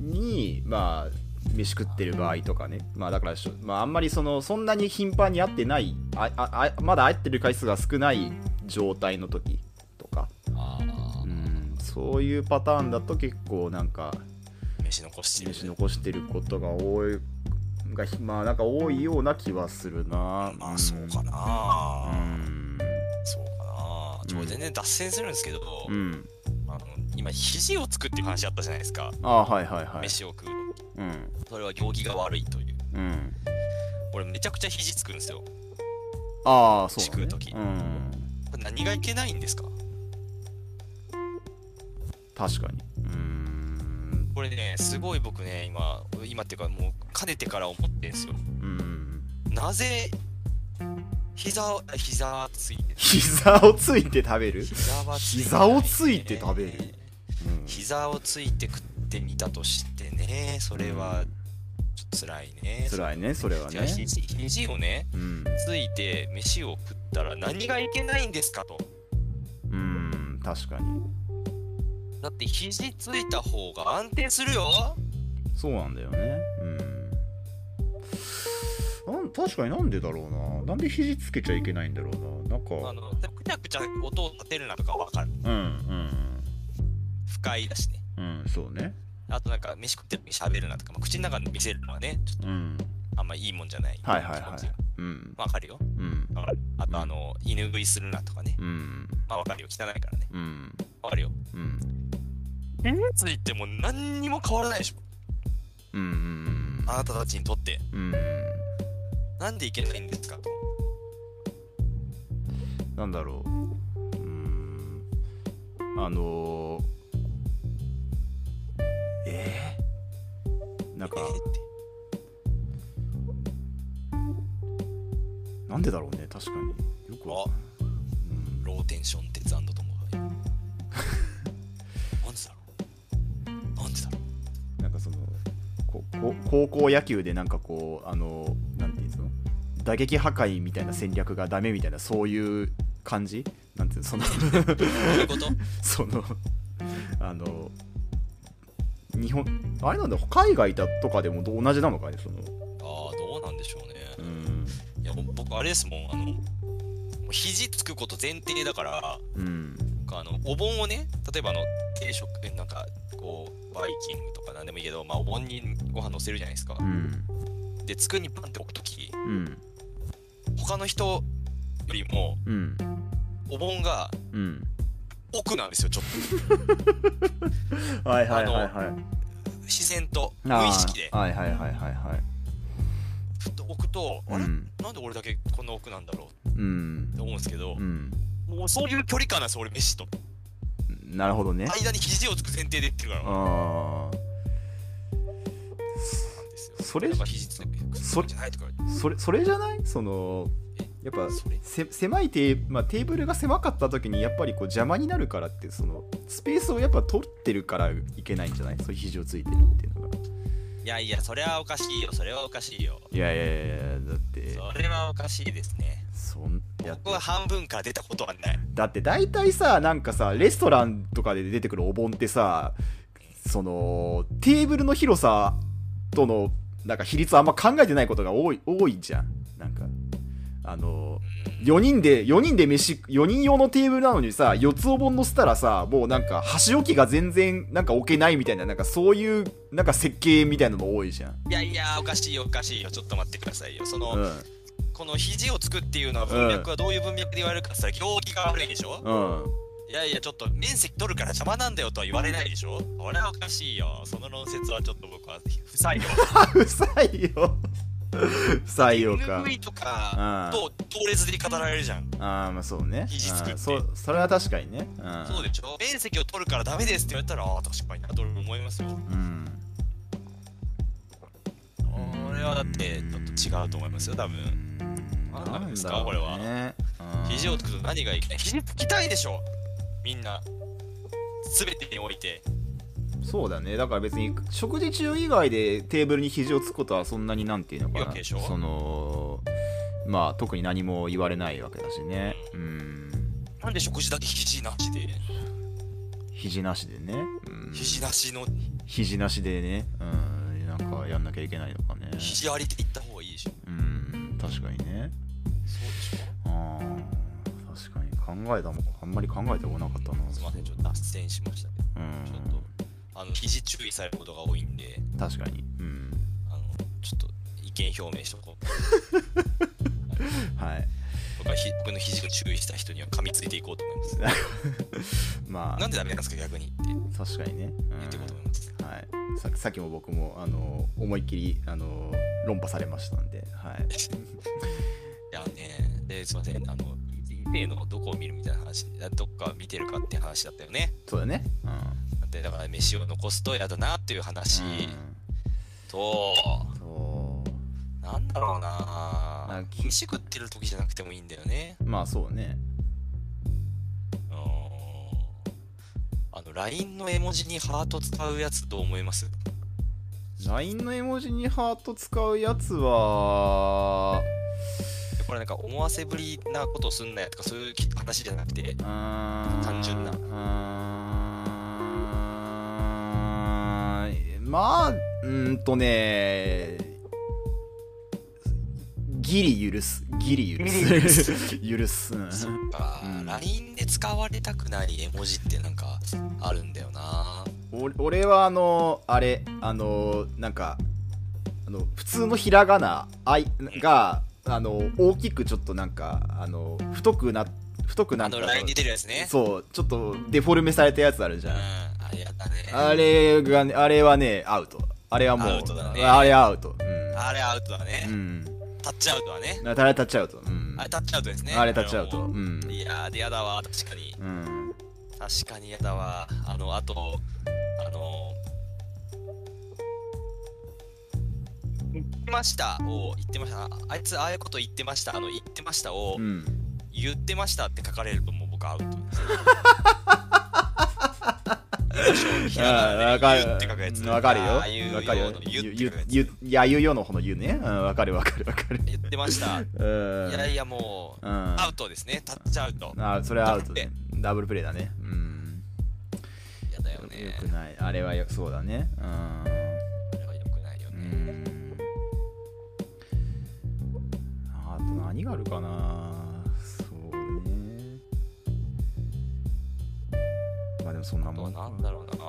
Speaker 1: にまあ飯食ってる場合とかねまあだからしょ、まあ、あんまりそのそんなに頻繁に会ってないあああまだ会ってる回数が少ない状態の時とか、
Speaker 2: あ
Speaker 1: う
Speaker 2: ー
Speaker 1: ん、そういうパターンだと結構なんか
Speaker 2: 飯残してる
Speaker 1: 飯残してることが多いがまあなんか多いような気はするな
Speaker 2: まあそうか
Speaker 1: う
Speaker 2: な、
Speaker 1: ん
Speaker 2: そうかなちょ
Speaker 1: うん
Speaker 2: 全然脱線するんですけど、
Speaker 1: うん
Speaker 2: あの今肘をつくっていう話あったじゃないですか、
Speaker 1: ああはいはいはい
Speaker 2: 飯を食う
Speaker 1: うん
Speaker 2: それは行儀が悪いという
Speaker 1: うん
Speaker 2: 俺めちゃくちゃ肘つくんですよ
Speaker 1: ああそうだ、ね、
Speaker 2: 飯食う時
Speaker 1: うん
Speaker 2: これ何がいけないんですか
Speaker 1: 確かにうーん
Speaker 2: これね、すごい僕ね、今、今っていうか、もう、かねてから思ってんですよ。
Speaker 1: うん
Speaker 2: なぜ、膝を、膝ついて、
Speaker 1: 膝をついて食べる
Speaker 2: 膝はついて、
Speaker 1: 膝をついて食べるうん
Speaker 2: 膝をついて食ってみたとしてね、それは、ちょっと辛いね。
Speaker 1: 辛いねそれは
Speaker 2: じゃあ、
Speaker 1: ね
Speaker 2: 肘肘をね、
Speaker 1: うん
Speaker 2: ついて飯を食ったら何がいけないんですかと。
Speaker 1: うん確かに
Speaker 2: だって肘ついた方が安定するよ
Speaker 1: そうなんだよねうんなん確かになんでだろうななんで肘つけちゃいけないんだろうななん
Speaker 2: あ
Speaker 1: か
Speaker 2: の、くちゃくちゃ音を立てるなとかわかる。
Speaker 1: うんうん
Speaker 2: 不快だしね。
Speaker 1: うんうんそうね
Speaker 2: あとなんか飯食ってる時に喋るなとか、まあ、口の中で見せるのはね、ちょっ
Speaker 1: うん
Speaker 2: とあんまいいもんじゃない。
Speaker 1: はいはい
Speaker 2: 気
Speaker 1: は
Speaker 2: 持
Speaker 1: い
Speaker 2: ちが
Speaker 1: うん
Speaker 2: わかるよ。
Speaker 1: うん
Speaker 2: わかる。あとあの、犬食いするなとかね。
Speaker 1: うん
Speaker 2: まあわかるよ。汚いからね。
Speaker 1: うん
Speaker 2: わかるよ。
Speaker 1: うん
Speaker 2: ついても何にも変わらないでしょ。
Speaker 1: うんうん
Speaker 2: あなたたちにとって。
Speaker 1: うん
Speaker 2: なんでいけないんですかと。
Speaker 1: なんだろううんあのー、えー、なんか
Speaker 2: えーって
Speaker 1: なんでだろうね確かによくわかんないうん
Speaker 2: ローテンション鉄とも。 なんでだろうなんでだろう
Speaker 1: なんかそのここ高校野球でなんかこうあのなんていうんですか打撃破壊みたいな戦略がダメみたいなそういう感じなんていうのその
Speaker 2: どういうこと
Speaker 1: そのあの日本あれなんだ海外だとかでも同じなのかねその
Speaker 2: ああ、どうなんでしょうね。
Speaker 1: うん
Speaker 2: いや、僕、あれですもん、あの、もう肘つくこと前提だから、
Speaker 1: うん
Speaker 2: あのお盆をね、例えばあの定食、なんかこう、バイキングとかなんでもいいけど、まあ、お盆にご飯乗せるじゃないですか
Speaker 1: う。ん
Speaker 2: で、机にパンって置くとき、
Speaker 1: うん
Speaker 2: 他の人よりも、
Speaker 1: うん
Speaker 2: お盆が
Speaker 1: うん
Speaker 2: 奥なんですよ、ちょっと。
Speaker 1: はいはいはいはい
Speaker 2: 自然と、無
Speaker 1: あー
Speaker 2: 意識で。
Speaker 1: はいはいはいはいはい
Speaker 2: ふっと置くと、あ
Speaker 1: う
Speaker 2: れ
Speaker 1: ん
Speaker 2: なんで俺だけこんな奥なんだろう
Speaker 1: うん
Speaker 2: って思うんですけど、
Speaker 1: うん
Speaker 2: もうそういう距離感なんですよ、俺、飯と。
Speaker 1: なるほどね
Speaker 2: 間に肘をつく前提で言ってるから。なん
Speaker 1: ああ
Speaker 2: ですよ
Speaker 1: それ
Speaker 2: だから肘つく
Speaker 1: そ
Speaker 2: それじゃないとか言われて
Speaker 1: それそれじゃないその
Speaker 2: え
Speaker 1: やっぱ
Speaker 2: それ
Speaker 1: せ狭いテー,、まあ、テーブルが狭かった時にやっぱりこう邪魔になるからってそのスペースをやっぱ取ってるからいけないんじゃないそういう肘をついてるっていうのが
Speaker 2: いやいや、それはおかしいよ、それはおかしいよ。
Speaker 1: いやいやいやいやだって
Speaker 2: それはおかしいですね。
Speaker 1: そんや
Speaker 2: 僕は半分から出たことはない。
Speaker 1: だって大体さなんかさレストランとかで出てくるお盆ってさそのテーブルの広さとのなんか比率あんま考えてないことが多い多いじゃんなんかあの
Speaker 2: うん
Speaker 1: 4人で、4人で飯、4人用のテーブルなのにさ、四つお盆のしたらさ、もうなんか箸置きが全然なんか置けないみたいな、なんかそういうなんか設計みたいなの多いじゃん。
Speaker 2: いやいや、おかしいよ、おかしいよ、ちょっと待ってくださいよ。その、
Speaker 1: うん。
Speaker 2: この肘をつくっていうのは文脈はどういう文脈で言われるかって言ったら、行儀が悪いでしょ
Speaker 1: うん。
Speaker 2: いやいや、ちょっと面積取るから邪魔なんだよとは言われないでしょそれはおかしいよ。その論説はちょっと僕は不採用。
Speaker 1: あ、不採 用。不採用か。
Speaker 2: NV とか
Speaker 1: うん
Speaker 2: と同列で語られるじゃん。
Speaker 1: ああ、まあそうね。
Speaker 2: 肘作って
Speaker 1: うんそうそれは確かにね。うん。
Speaker 2: そうでしょ面積を取るからダメですって言われたら、ああ、確かになと思いますよ。
Speaker 1: うん。
Speaker 2: これはだってちょっと違うと思いますよ多分
Speaker 1: うん
Speaker 2: なんですかこれは
Speaker 1: ね。
Speaker 2: 肘をつくと何がいけない肘つきたいでしょみんな全てにおいて
Speaker 1: うんそうだね。だから別に食事中以外でテーブルに肘をつくことはそんなになんていうのか
Speaker 2: いい
Speaker 1: な。
Speaker 2: わけでしょ
Speaker 1: その、まあ特に何も言われないわけだしね。うん。
Speaker 2: なんで食事だけ肘なしで
Speaker 1: 肘なしでね。うん、
Speaker 2: 肘なしの
Speaker 1: 肘なしでね。うん。なんかやんなきゃいけないのかね。
Speaker 2: 肘ありでいった方がいいでしょ
Speaker 1: うん。確かにね。
Speaker 2: そうでし
Speaker 1: ああ。確かに考えたもん。あんまり考えてこなかったな。
Speaker 2: ょすいませんちょっと脱線しましたけど
Speaker 1: うん。
Speaker 2: ちょっとあの肘注意されることが多いんで
Speaker 1: 確かに。うん。
Speaker 2: あのちょっと意見表明しとこう
Speaker 1: はい。
Speaker 2: 僕はひ僕の肘を注意した人には噛みついていこうと思います
Speaker 1: ま
Speaker 2: な
Speaker 1: あ
Speaker 2: ん、でダメなんですか逆にって
Speaker 1: 確かにね。うん
Speaker 2: 言っていこうと思います
Speaker 1: はい、ささっきも僕もあの思いっきりあの論破されましたんで、はい、
Speaker 2: いやね、ですいません、あの、以前のどこを見るみたいな話、あどっか見てるかって話だったよね。
Speaker 1: そうだね、うん、
Speaker 2: なんでだから飯を残すと嫌だなっていう話と、
Speaker 1: うんそう
Speaker 2: なんだろうな
Speaker 1: なんかき
Speaker 2: 飯食ってる時じゃなくてもいいんだよね
Speaker 1: まあそうね
Speaker 2: うんあの LINE の絵文字にハート使うやつどう思います
Speaker 1: LINE の絵文字にハート使うやつは
Speaker 2: これなんか思わせぶりなことすんなよとかそういう話じゃなくて
Speaker 1: 単
Speaker 2: 純な
Speaker 1: まあうーんとねギリ許すギリ許す 許す、うん
Speaker 2: そっか、
Speaker 1: うん
Speaker 2: LINE で使われたくない絵文字ってなんかあるんだよな
Speaker 1: 俺俺はあのあれあのなんかあの普通のひらがなあいがあの大きくちょっとなんかあの太くな太くな
Speaker 2: あ
Speaker 1: んか
Speaker 2: の LINE に出るやつね
Speaker 1: そうちょっとデフォルメされたやつあるじ
Speaker 2: うん
Speaker 1: ゃん
Speaker 2: あれやだね
Speaker 1: あれがね、あれはね、アウト。あれはもう、
Speaker 2: アウトだね
Speaker 1: あれアウト。う
Speaker 2: あれアウトだね、
Speaker 1: ん。うん。
Speaker 2: タッチアウトだね
Speaker 1: あれ立っちゃうと。うん
Speaker 2: あれ。タッチアウトですね
Speaker 1: あれ立っちゃうと。
Speaker 2: あ
Speaker 1: う
Speaker 2: の
Speaker 1: ん。
Speaker 2: いやーでやだわ確かに
Speaker 1: うん。
Speaker 2: 確かにやだわあのあとあの言ってましたを言ってましたあいつああいうこと言ってましたあの言ってましたを
Speaker 1: うん。
Speaker 2: 言ってましたって書かれるともう僕アウト
Speaker 1: ああ、わかる
Speaker 2: 言って書くやつ。
Speaker 1: わかるよ。
Speaker 2: ああいう
Speaker 1: わかるよ
Speaker 2: ような。言
Speaker 1: ゆ
Speaker 2: っ、て
Speaker 1: ゆ
Speaker 2: 書くや、つ
Speaker 1: ゆ、いや、言うよの方の言うね。うん、わかるわかるわかる。
Speaker 2: 言ってました。い
Speaker 1: うん。
Speaker 2: やいやもう、
Speaker 1: うん。
Speaker 2: アウトですね。タッチアウト。
Speaker 1: あ、それはアウトね。ダブルプレイだね。うん。
Speaker 2: やだよ
Speaker 1: よ
Speaker 2: ね。
Speaker 1: くない。あれはよ、そうだね。うん。
Speaker 2: これは良くないよ
Speaker 1: う
Speaker 2: ね。
Speaker 1: ん。あと何があるかなそうね。まあでもそんな
Speaker 2: あと
Speaker 1: も
Speaker 2: は
Speaker 1: ん。
Speaker 2: なんだろうな。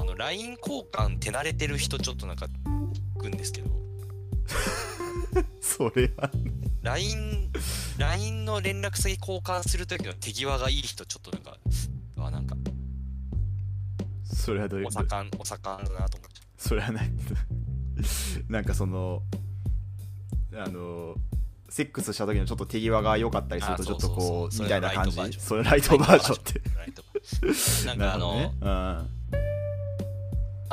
Speaker 2: あの、LINE 交換手慣れてる人ちょっとなんか、くんですけど、
Speaker 1: それは。
Speaker 2: LINE、LINE の連絡先交換するときの手際がいい人ちょっとなんか、あなんか、
Speaker 1: それはどういう
Speaker 2: お盛ん、お盛んだなと思っちゃ
Speaker 1: それはない。 なんかその、あの、セックスした時のちょっと手際が良かったりすると
Speaker 2: あ
Speaker 1: ちょっとこう
Speaker 2: そうそうそう
Speaker 1: みたいな感
Speaker 2: それはライトバー
Speaker 1: じ
Speaker 2: ジョ
Speaker 1: それライトバージョン
Speaker 2: ン
Speaker 1: って
Speaker 2: う。LINE とかなんかあの、
Speaker 1: な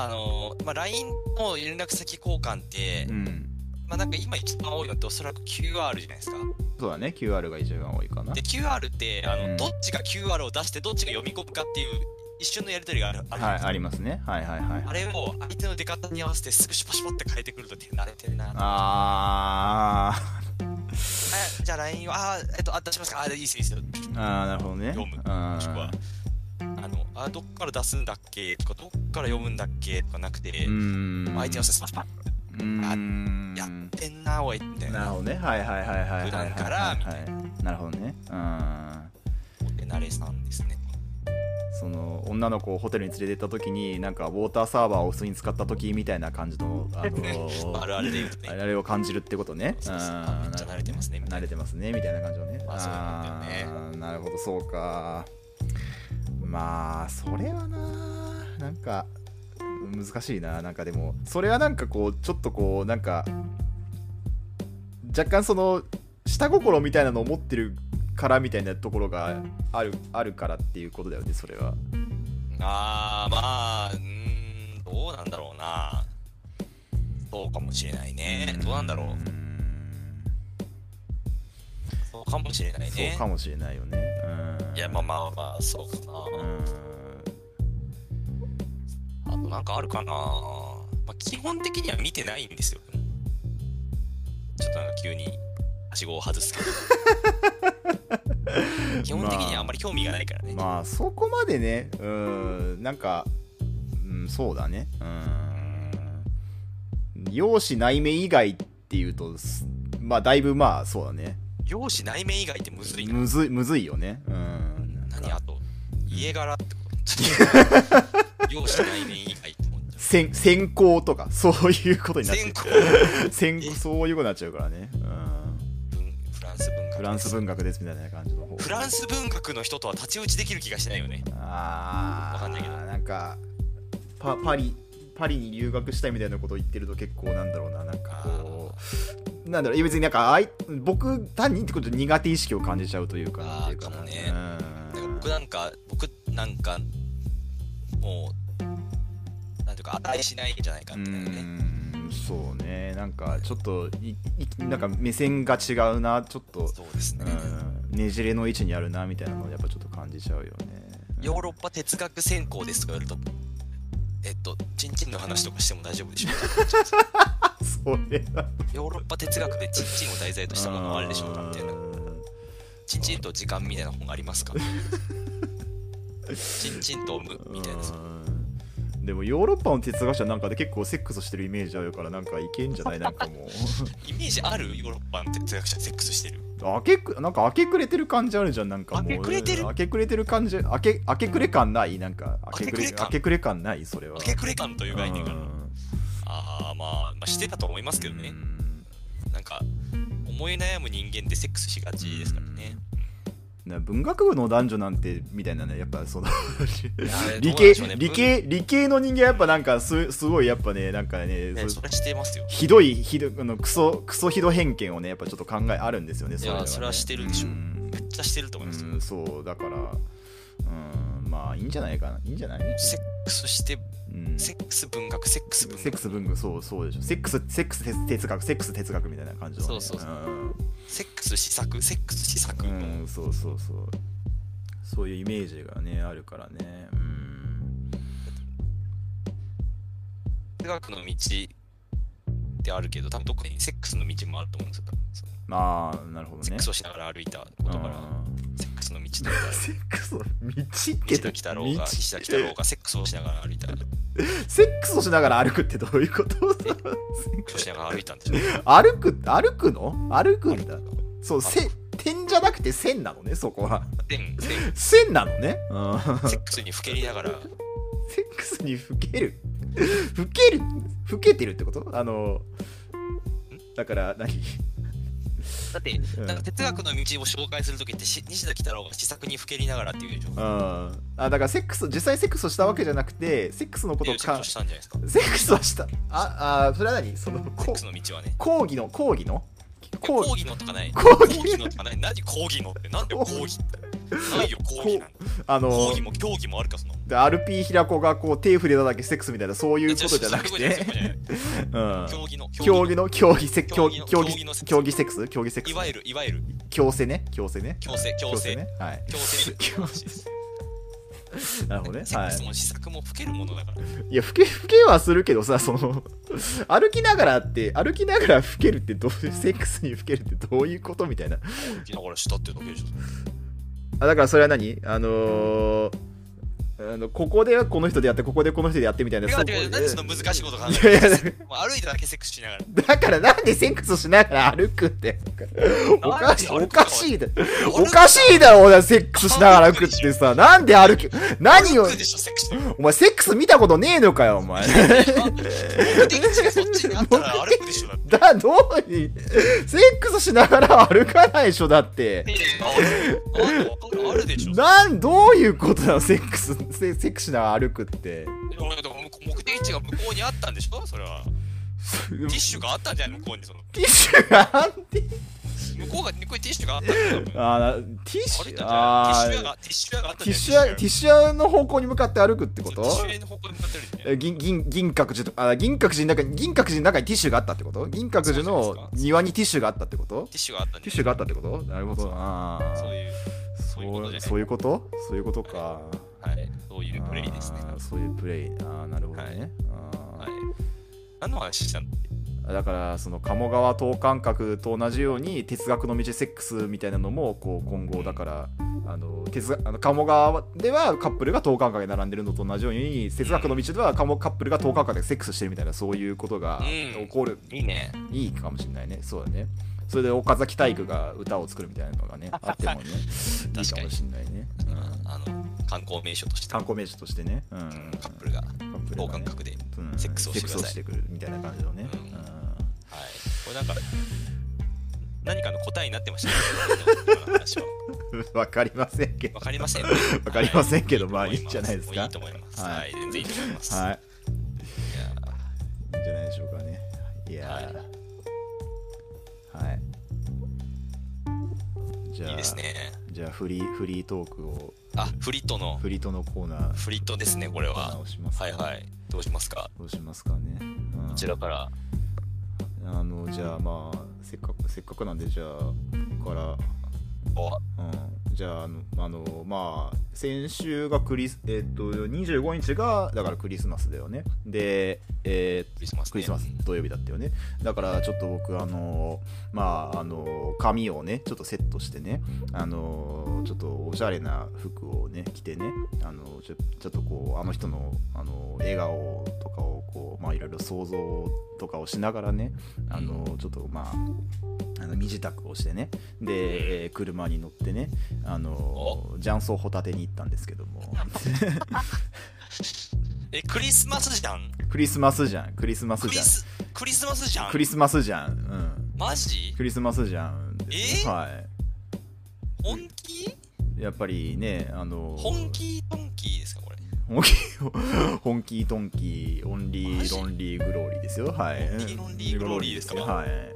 Speaker 2: あのまあ、LINE の連絡先交換って、
Speaker 1: るほどねうん、うん、
Speaker 2: まあ、なんか今一番多いのっておそらく QR じゃないですか。
Speaker 1: そうだね QR が一番多いかな
Speaker 2: で QR ってあの、
Speaker 1: うん
Speaker 2: どっちが QR を出してどっちが読み込むかっていう一瞬のやり取りがあるあるじゃな
Speaker 1: はいい
Speaker 2: ですか
Speaker 1: ありますねはいはいはい
Speaker 2: あれを相手の出方に合わせてすぐシュパシュパって変えてくると手慣れてるな。あ
Speaker 1: あ
Speaker 2: じゃあ LINE は、あ、えっと、あ出しますか。あ、いいですいいですよ。
Speaker 1: ーあーなるほどね
Speaker 2: 読む
Speaker 1: あ
Speaker 2: そこ
Speaker 1: ー
Speaker 2: はあの、あ、どっから出すんだっけとか、どっから読むんだっけとかなくて、
Speaker 1: うーん
Speaker 2: 相手に合わせてスパシュパ
Speaker 1: うーん
Speaker 2: やってんな、おい、みたい
Speaker 1: なる
Speaker 2: な。
Speaker 1: ほどねはいはいはいはいはい
Speaker 2: 普段からみたい
Speaker 1: ななるほどねうん
Speaker 2: 手慣れさんですね。
Speaker 1: その女の子をホテルに連れて行った時になんかウォーターサーバーを普通に使った時みたいな感じの、あのー
Speaker 2: あるあるで言うとね
Speaker 1: あ。れを感じるってことね
Speaker 2: そうそう
Speaker 1: うん
Speaker 2: あめっちゃ慣れてますねみたいな
Speaker 1: 慣れてますねみたいな感じのね
Speaker 2: まあそうなんだよね
Speaker 1: あーなるほどそうかまあそれはななんか難しいななんかでもそれはなんかこうちょっとこうなんか若干その下心みたいなのを持ってるからみたいなところがあるあるからっていうことだよねそれは
Speaker 2: あーまあうーんどうなんだろうなそうかもしれないねどうなんだろうそうかもしれない
Speaker 1: そ
Speaker 2: ね
Speaker 1: うかもしれないよねうん
Speaker 2: いやまあまあまあそうか
Speaker 1: う
Speaker 2: なあとなんかあるかな、まあ、基本的には見てないんですよちょっとなんか急にはしごを外す けど基本的にはあんまり興味がないからね、
Speaker 1: んまあそこまでねうんなんか、うん、そうだねうん容姿内面以外っていうとすまあだいぶまあそうだね
Speaker 2: 容姿内面以外ってむずいな
Speaker 1: むずいむずいよねうんなん
Speaker 2: 何
Speaker 1: か
Speaker 2: あと 家柄ってこと容姿内面以外って思っちゃう
Speaker 1: 先先行とかそういうことになっ
Speaker 2: 全
Speaker 1: て
Speaker 2: 国
Speaker 1: 先行そういうことになっちゃうからねうん
Speaker 2: 文フランス文学
Speaker 1: フランス文学ですみたいな感じの方
Speaker 2: フランス文学の人とは太刀打ちできる気がしないよね
Speaker 1: あ
Speaker 2: わかんないけど
Speaker 1: あなんかパパリパリに留学したいみたいなことを言ってると結構なんだろうななんかこうなんだろういや別になんかあい僕単にってことで苦手意識を感じちゃうというかなんていうかな
Speaker 2: あーかもね
Speaker 1: うん
Speaker 2: だから僕なんか僕なんかもうか値しないんじゃないか
Speaker 1: う
Speaker 2: みたいなね。
Speaker 1: んそうねなんかちょっといいなんか目線が違うなちょっと、
Speaker 2: そうですね。
Speaker 1: うん、ねじれの位置にあるなみたいなのをやっぱちょっと感じちゃうよ ね
Speaker 2: ヨーロッパ哲学専攻ですとか言われると、えっと、チンチンの話とかしても大丈夫でしょうか
Speaker 1: あそれは
Speaker 2: ヨーロッパ哲学でチンチンを題材としたものはあるでしょうかみたいな。チンチンと時間みたいな本ありますかチンチンと無みたいな。
Speaker 1: うんでもヨーロッパの哲学者なんかで結構セックスしてるイメージあるからなんかいけんじゃないなんか もう
Speaker 2: イメージあるヨーロッパの哲学者セックスしてる。
Speaker 1: 明けくなんか明け暮れてる感じあるじゃんなんかもう
Speaker 2: 明け暮れてる
Speaker 1: 明け暮れてる感じ明け明け暮れ感ないなんか明け暮れ
Speaker 2: 明け暮れ感
Speaker 1: 明け暮れ感ないそれは
Speaker 2: 明け暮れ感という概念が
Speaker 1: う。ん
Speaker 2: ああ、まあ、まあ、してたと思いますけどね。なんか、思い悩む人間ってセックスしがちですからね。
Speaker 1: な文学部の男女なんてみたいなねやっぱ その
Speaker 2: や
Speaker 1: 理
Speaker 2: どうなん
Speaker 1: 系
Speaker 2: でしょうね
Speaker 1: 理系理系の人間やっぱなんかすすごいやっぱねなんかね
Speaker 2: ね、
Speaker 1: そ
Speaker 2: それはしてますよ。
Speaker 1: ひどいひどいあのクソクソひど偏見をねやっぱちょっと考えあるんですよね
Speaker 2: い
Speaker 1: れ
Speaker 2: や
Speaker 1: は、ね、
Speaker 2: それはしてるでしょ
Speaker 1: うん
Speaker 2: めっちゃしてると思いますよ。
Speaker 1: うんそうだからうんまあいいんじゃないかないいんじゃない、
Speaker 2: セックスして、
Speaker 1: うん、
Speaker 2: セックス文学、セックス文
Speaker 1: セッ
Speaker 2: 学
Speaker 1: ク。ス文具そうそうでしょセックスセックス哲哲学セックス哲学みたいな感じの、ね、
Speaker 2: そうそうそセックス試作、セックス試作
Speaker 1: う
Speaker 2: の、
Speaker 1: ん、うん、そうそうそうそういうイメージがねあるからねうん
Speaker 2: 哲学の道ってあるけど、多分どこにセックスの道もあると思うんですよ。その
Speaker 1: まあなるほどね
Speaker 2: セックスをしながら歩いたことから、
Speaker 1: うん
Speaker 2: セックスの道とか。
Speaker 1: セックスの道って
Speaker 2: 西田喜太郎が、
Speaker 1: 道
Speaker 2: 西田喜太郎がセックスをしながら歩いた、セッ
Speaker 1: セックスをしながら歩くってどういうこと
Speaker 2: クスをしながら歩いたんでし ょ。
Speaker 1: 歩く歩くの歩くんだそう
Speaker 2: 歩く
Speaker 1: せ点じゃなくて線なのねそこは
Speaker 2: でで
Speaker 1: 線なのね、 うん、
Speaker 2: セックスにふけりながら、
Speaker 1: セックスに老ける老ける老けてるってことあのだから何
Speaker 2: だって、なんか哲学の道を紹介するときってし、西田喜太郎が試作にふけりながらっていうでしょ。
Speaker 1: うんあだからセックス実際セックスをしたわけじゃなくてセックスのことを
Speaker 2: セックス
Speaker 1: か
Speaker 2: をしたんじゃないですか。
Speaker 1: セ
Speaker 2: セ
Speaker 1: ックスはしたああそれは何その
Speaker 2: ッ
Speaker 1: こ
Speaker 2: クスの道はね。
Speaker 1: 講義の講義の
Speaker 2: 講
Speaker 1: 講
Speaker 2: 義のとかない。
Speaker 1: 講義
Speaker 2: のとかない。何講義のって、なんで講義って。ないよ、講義なんて。
Speaker 1: あの
Speaker 2: 講義も競技もあるか、その。
Speaker 1: で RP 平子がこう手触れただけセックスみたいなそういうことじゃなく
Speaker 2: そういう
Speaker 1: て
Speaker 2: ことじゃないそういうことじ
Speaker 1: うん
Speaker 2: ゃない競技の、
Speaker 1: 競技の競技セ競
Speaker 2: 競
Speaker 1: 技
Speaker 2: 技の
Speaker 1: 競
Speaker 2: 競技の
Speaker 1: 技競技セックス競技セック
Speaker 2: い
Speaker 1: ス
Speaker 2: わゆる、いわゆる、
Speaker 1: 強制ね強制ね
Speaker 2: 強制、強制、
Speaker 1: ねはい
Speaker 2: 強制力の話です。
Speaker 1: なるほどね
Speaker 2: セッ
Speaker 1: は
Speaker 2: クス
Speaker 1: い
Speaker 2: も試作もふけるものだから。
Speaker 1: いや、ふけ、ふけはするけどさ、その、歩きながらって、歩きながらふけるってどう、セックスにふけるってどういうことみたいな。
Speaker 2: きながらしたってだけでしょ。
Speaker 1: あだからそれは何あのー、あのここでこの人でやって、ここでこの人でやってみたいな。
Speaker 2: 違
Speaker 1: そうこ
Speaker 2: 違う、何その難しいこと考え
Speaker 1: いやい
Speaker 2: て
Speaker 1: や
Speaker 2: る もう歩いただけセックスしながら。
Speaker 1: だからなんでセックスしながら歩くって。おかしい、
Speaker 2: な
Speaker 1: お
Speaker 2: んで歩くの
Speaker 1: かしいだ。おかしいだろ、お前セックスしながら歩くってさ。なんで歩き、何を
Speaker 2: 歩く、でしょ、セックス。
Speaker 1: お前セックス見たことねえのかよ、お前。
Speaker 2: 目的地がそっちにあったら歩くでしょ、だって。
Speaker 1: だ、どうに、セックスしながら歩かないでしょ、だって。
Speaker 2: ああるあるあるでしょ。
Speaker 1: なんどういうことなのセックスセセクシーな歩くって
Speaker 2: でもだから向こう目的地が向こうにあったんでしょ、それは。
Speaker 1: テ
Speaker 2: テ
Speaker 1: ィ
Speaker 2: ィッシュがあったんじゃない、向こうにその。
Speaker 1: ッシュがあって
Speaker 2: 向こうが、向こうにティッシュがあったんだよ。
Speaker 1: あーなティッ
Speaker 2: 歩
Speaker 1: シ
Speaker 2: い
Speaker 1: ュ
Speaker 2: たんじ
Speaker 1: あ
Speaker 2: ゃないティッシュ屋
Speaker 1: ー
Speaker 2: が、ティッシュ屋があった
Speaker 1: テ
Speaker 2: ん
Speaker 1: ィ
Speaker 2: じ
Speaker 1: ッ
Speaker 2: ゃな
Speaker 1: シュ屋
Speaker 2: い
Speaker 1: ティッシュ屋の方向に向かって歩くってこ
Speaker 2: テ
Speaker 1: と
Speaker 2: ィッシュ屋の方向に向かってるじゃん。
Speaker 1: え銀銀銀閣寺とあ銀閣寺の中に銀閣寺の中にティッシュがあったってこと銀閣寺
Speaker 2: そうじゃな
Speaker 1: の
Speaker 2: いですか
Speaker 1: 庭にティッシュがあったってこと
Speaker 2: ティッシュがあった
Speaker 1: ティ
Speaker 2: ん
Speaker 1: ッ
Speaker 2: で
Speaker 1: シュがあったってことなるほどあー
Speaker 2: そういう、
Speaker 1: そう
Speaker 2: いうことじゃない
Speaker 1: そういうことそういうことか
Speaker 2: はい、そういうプレイですね。
Speaker 1: あーそういうプレイああなるほどね、あー
Speaker 2: はい。何の話したの
Speaker 1: だからその鴨川等間隔と同じように哲学の道セックスみたいなのもこう今後だからあの哲学あの鴨川ではカップルが等間隔で並んでるのと同じように哲学の道では鴨カップルが等間隔でセックスしてるみたいなそういうことが
Speaker 2: うん
Speaker 1: 起こる、
Speaker 2: いいね。
Speaker 1: いいかもしれないねそうだねそれで岡崎体育が歌を作るみたいなのがねあって もねいいかもしれないね、うん、
Speaker 2: あの観光名所として、
Speaker 1: 観光名所としてね、うん、
Speaker 2: カップルが
Speaker 1: ップルがね
Speaker 2: 等間隔で、
Speaker 1: うん
Speaker 2: セックスをしてください
Speaker 1: セックスくるみたいな感じのね、
Speaker 2: うん
Speaker 1: うん
Speaker 2: はい、これなんか何かの答えになってま したね今の話は
Speaker 1: わかりません けど
Speaker 2: わ。かりませんわ
Speaker 1: わかりませんけどまあいいんじゃないですか
Speaker 2: いいと思います、
Speaker 1: はい
Speaker 2: はい、全然いいと思います、い
Speaker 1: はい。い
Speaker 2: や
Speaker 1: いんじゃないでしょうかね。いやー。はい。じゃあ、
Speaker 2: いいですね
Speaker 1: じゃあフリー、フリートークを、
Speaker 2: あフリットの
Speaker 1: フリートのコーナー、
Speaker 2: フリットですねこれ
Speaker 1: コーナー
Speaker 2: は
Speaker 1: をします、
Speaker 2: はいはいどうしますか
Speaker 1: どうしますかね。うん
Speaker 2: こちらから。
Speaker 1: あのじゃあまあせっかくせっかくなんでじゃあここから
Speaker 2: お
Speaker 1: うん、じゃああのあのまあ先週がクリスえっと25日がだからクリスマスだよねでえー
Speaker 2: クリスマス、ね。
Speaker 1: クリスマス土曜日だったよねだからちょっと僕あのまああの髪をねちょっとセットしてねあのちょっとおしゃれな服をね着てねあのちょちょっとこうあの人のあの笑顔とかをこうまあいろいろ想像とかをしながらねあのちょっとまああの身支度をしてねで、えー車に乗ってねあの雀荘ホタテに行ったんですけども
Speaker 2: え、クリスマスじゃん。
Speaker 1: クリスマスじゃんクリスマス
Speaker 2: クリ
Speaker 1: じゃん
Speaker 2: ス、クリスマスじゃん
Speaker 1: ク。リスマスじゃんうん
Speaker 2: マジ
Speaker 1: クリスマスじゃんです
Speaker 2: え
Speaker 1: ね、
Speaker 2: ー
Speaker 1: は
Speaker 2: 本気
Speaker 1: いやっぱりねあの
Speaker 2: 本気トンキーですか、これ。
Speaker 1: 本気 本気トンキーオンリ
Speaker 2: マジ
Speaker 1: ーロンリーグローリーですよはい
Speaker 2: 本気ロンリーグローリーですか
Speaker 1: ねはい
Speaker 2: ええ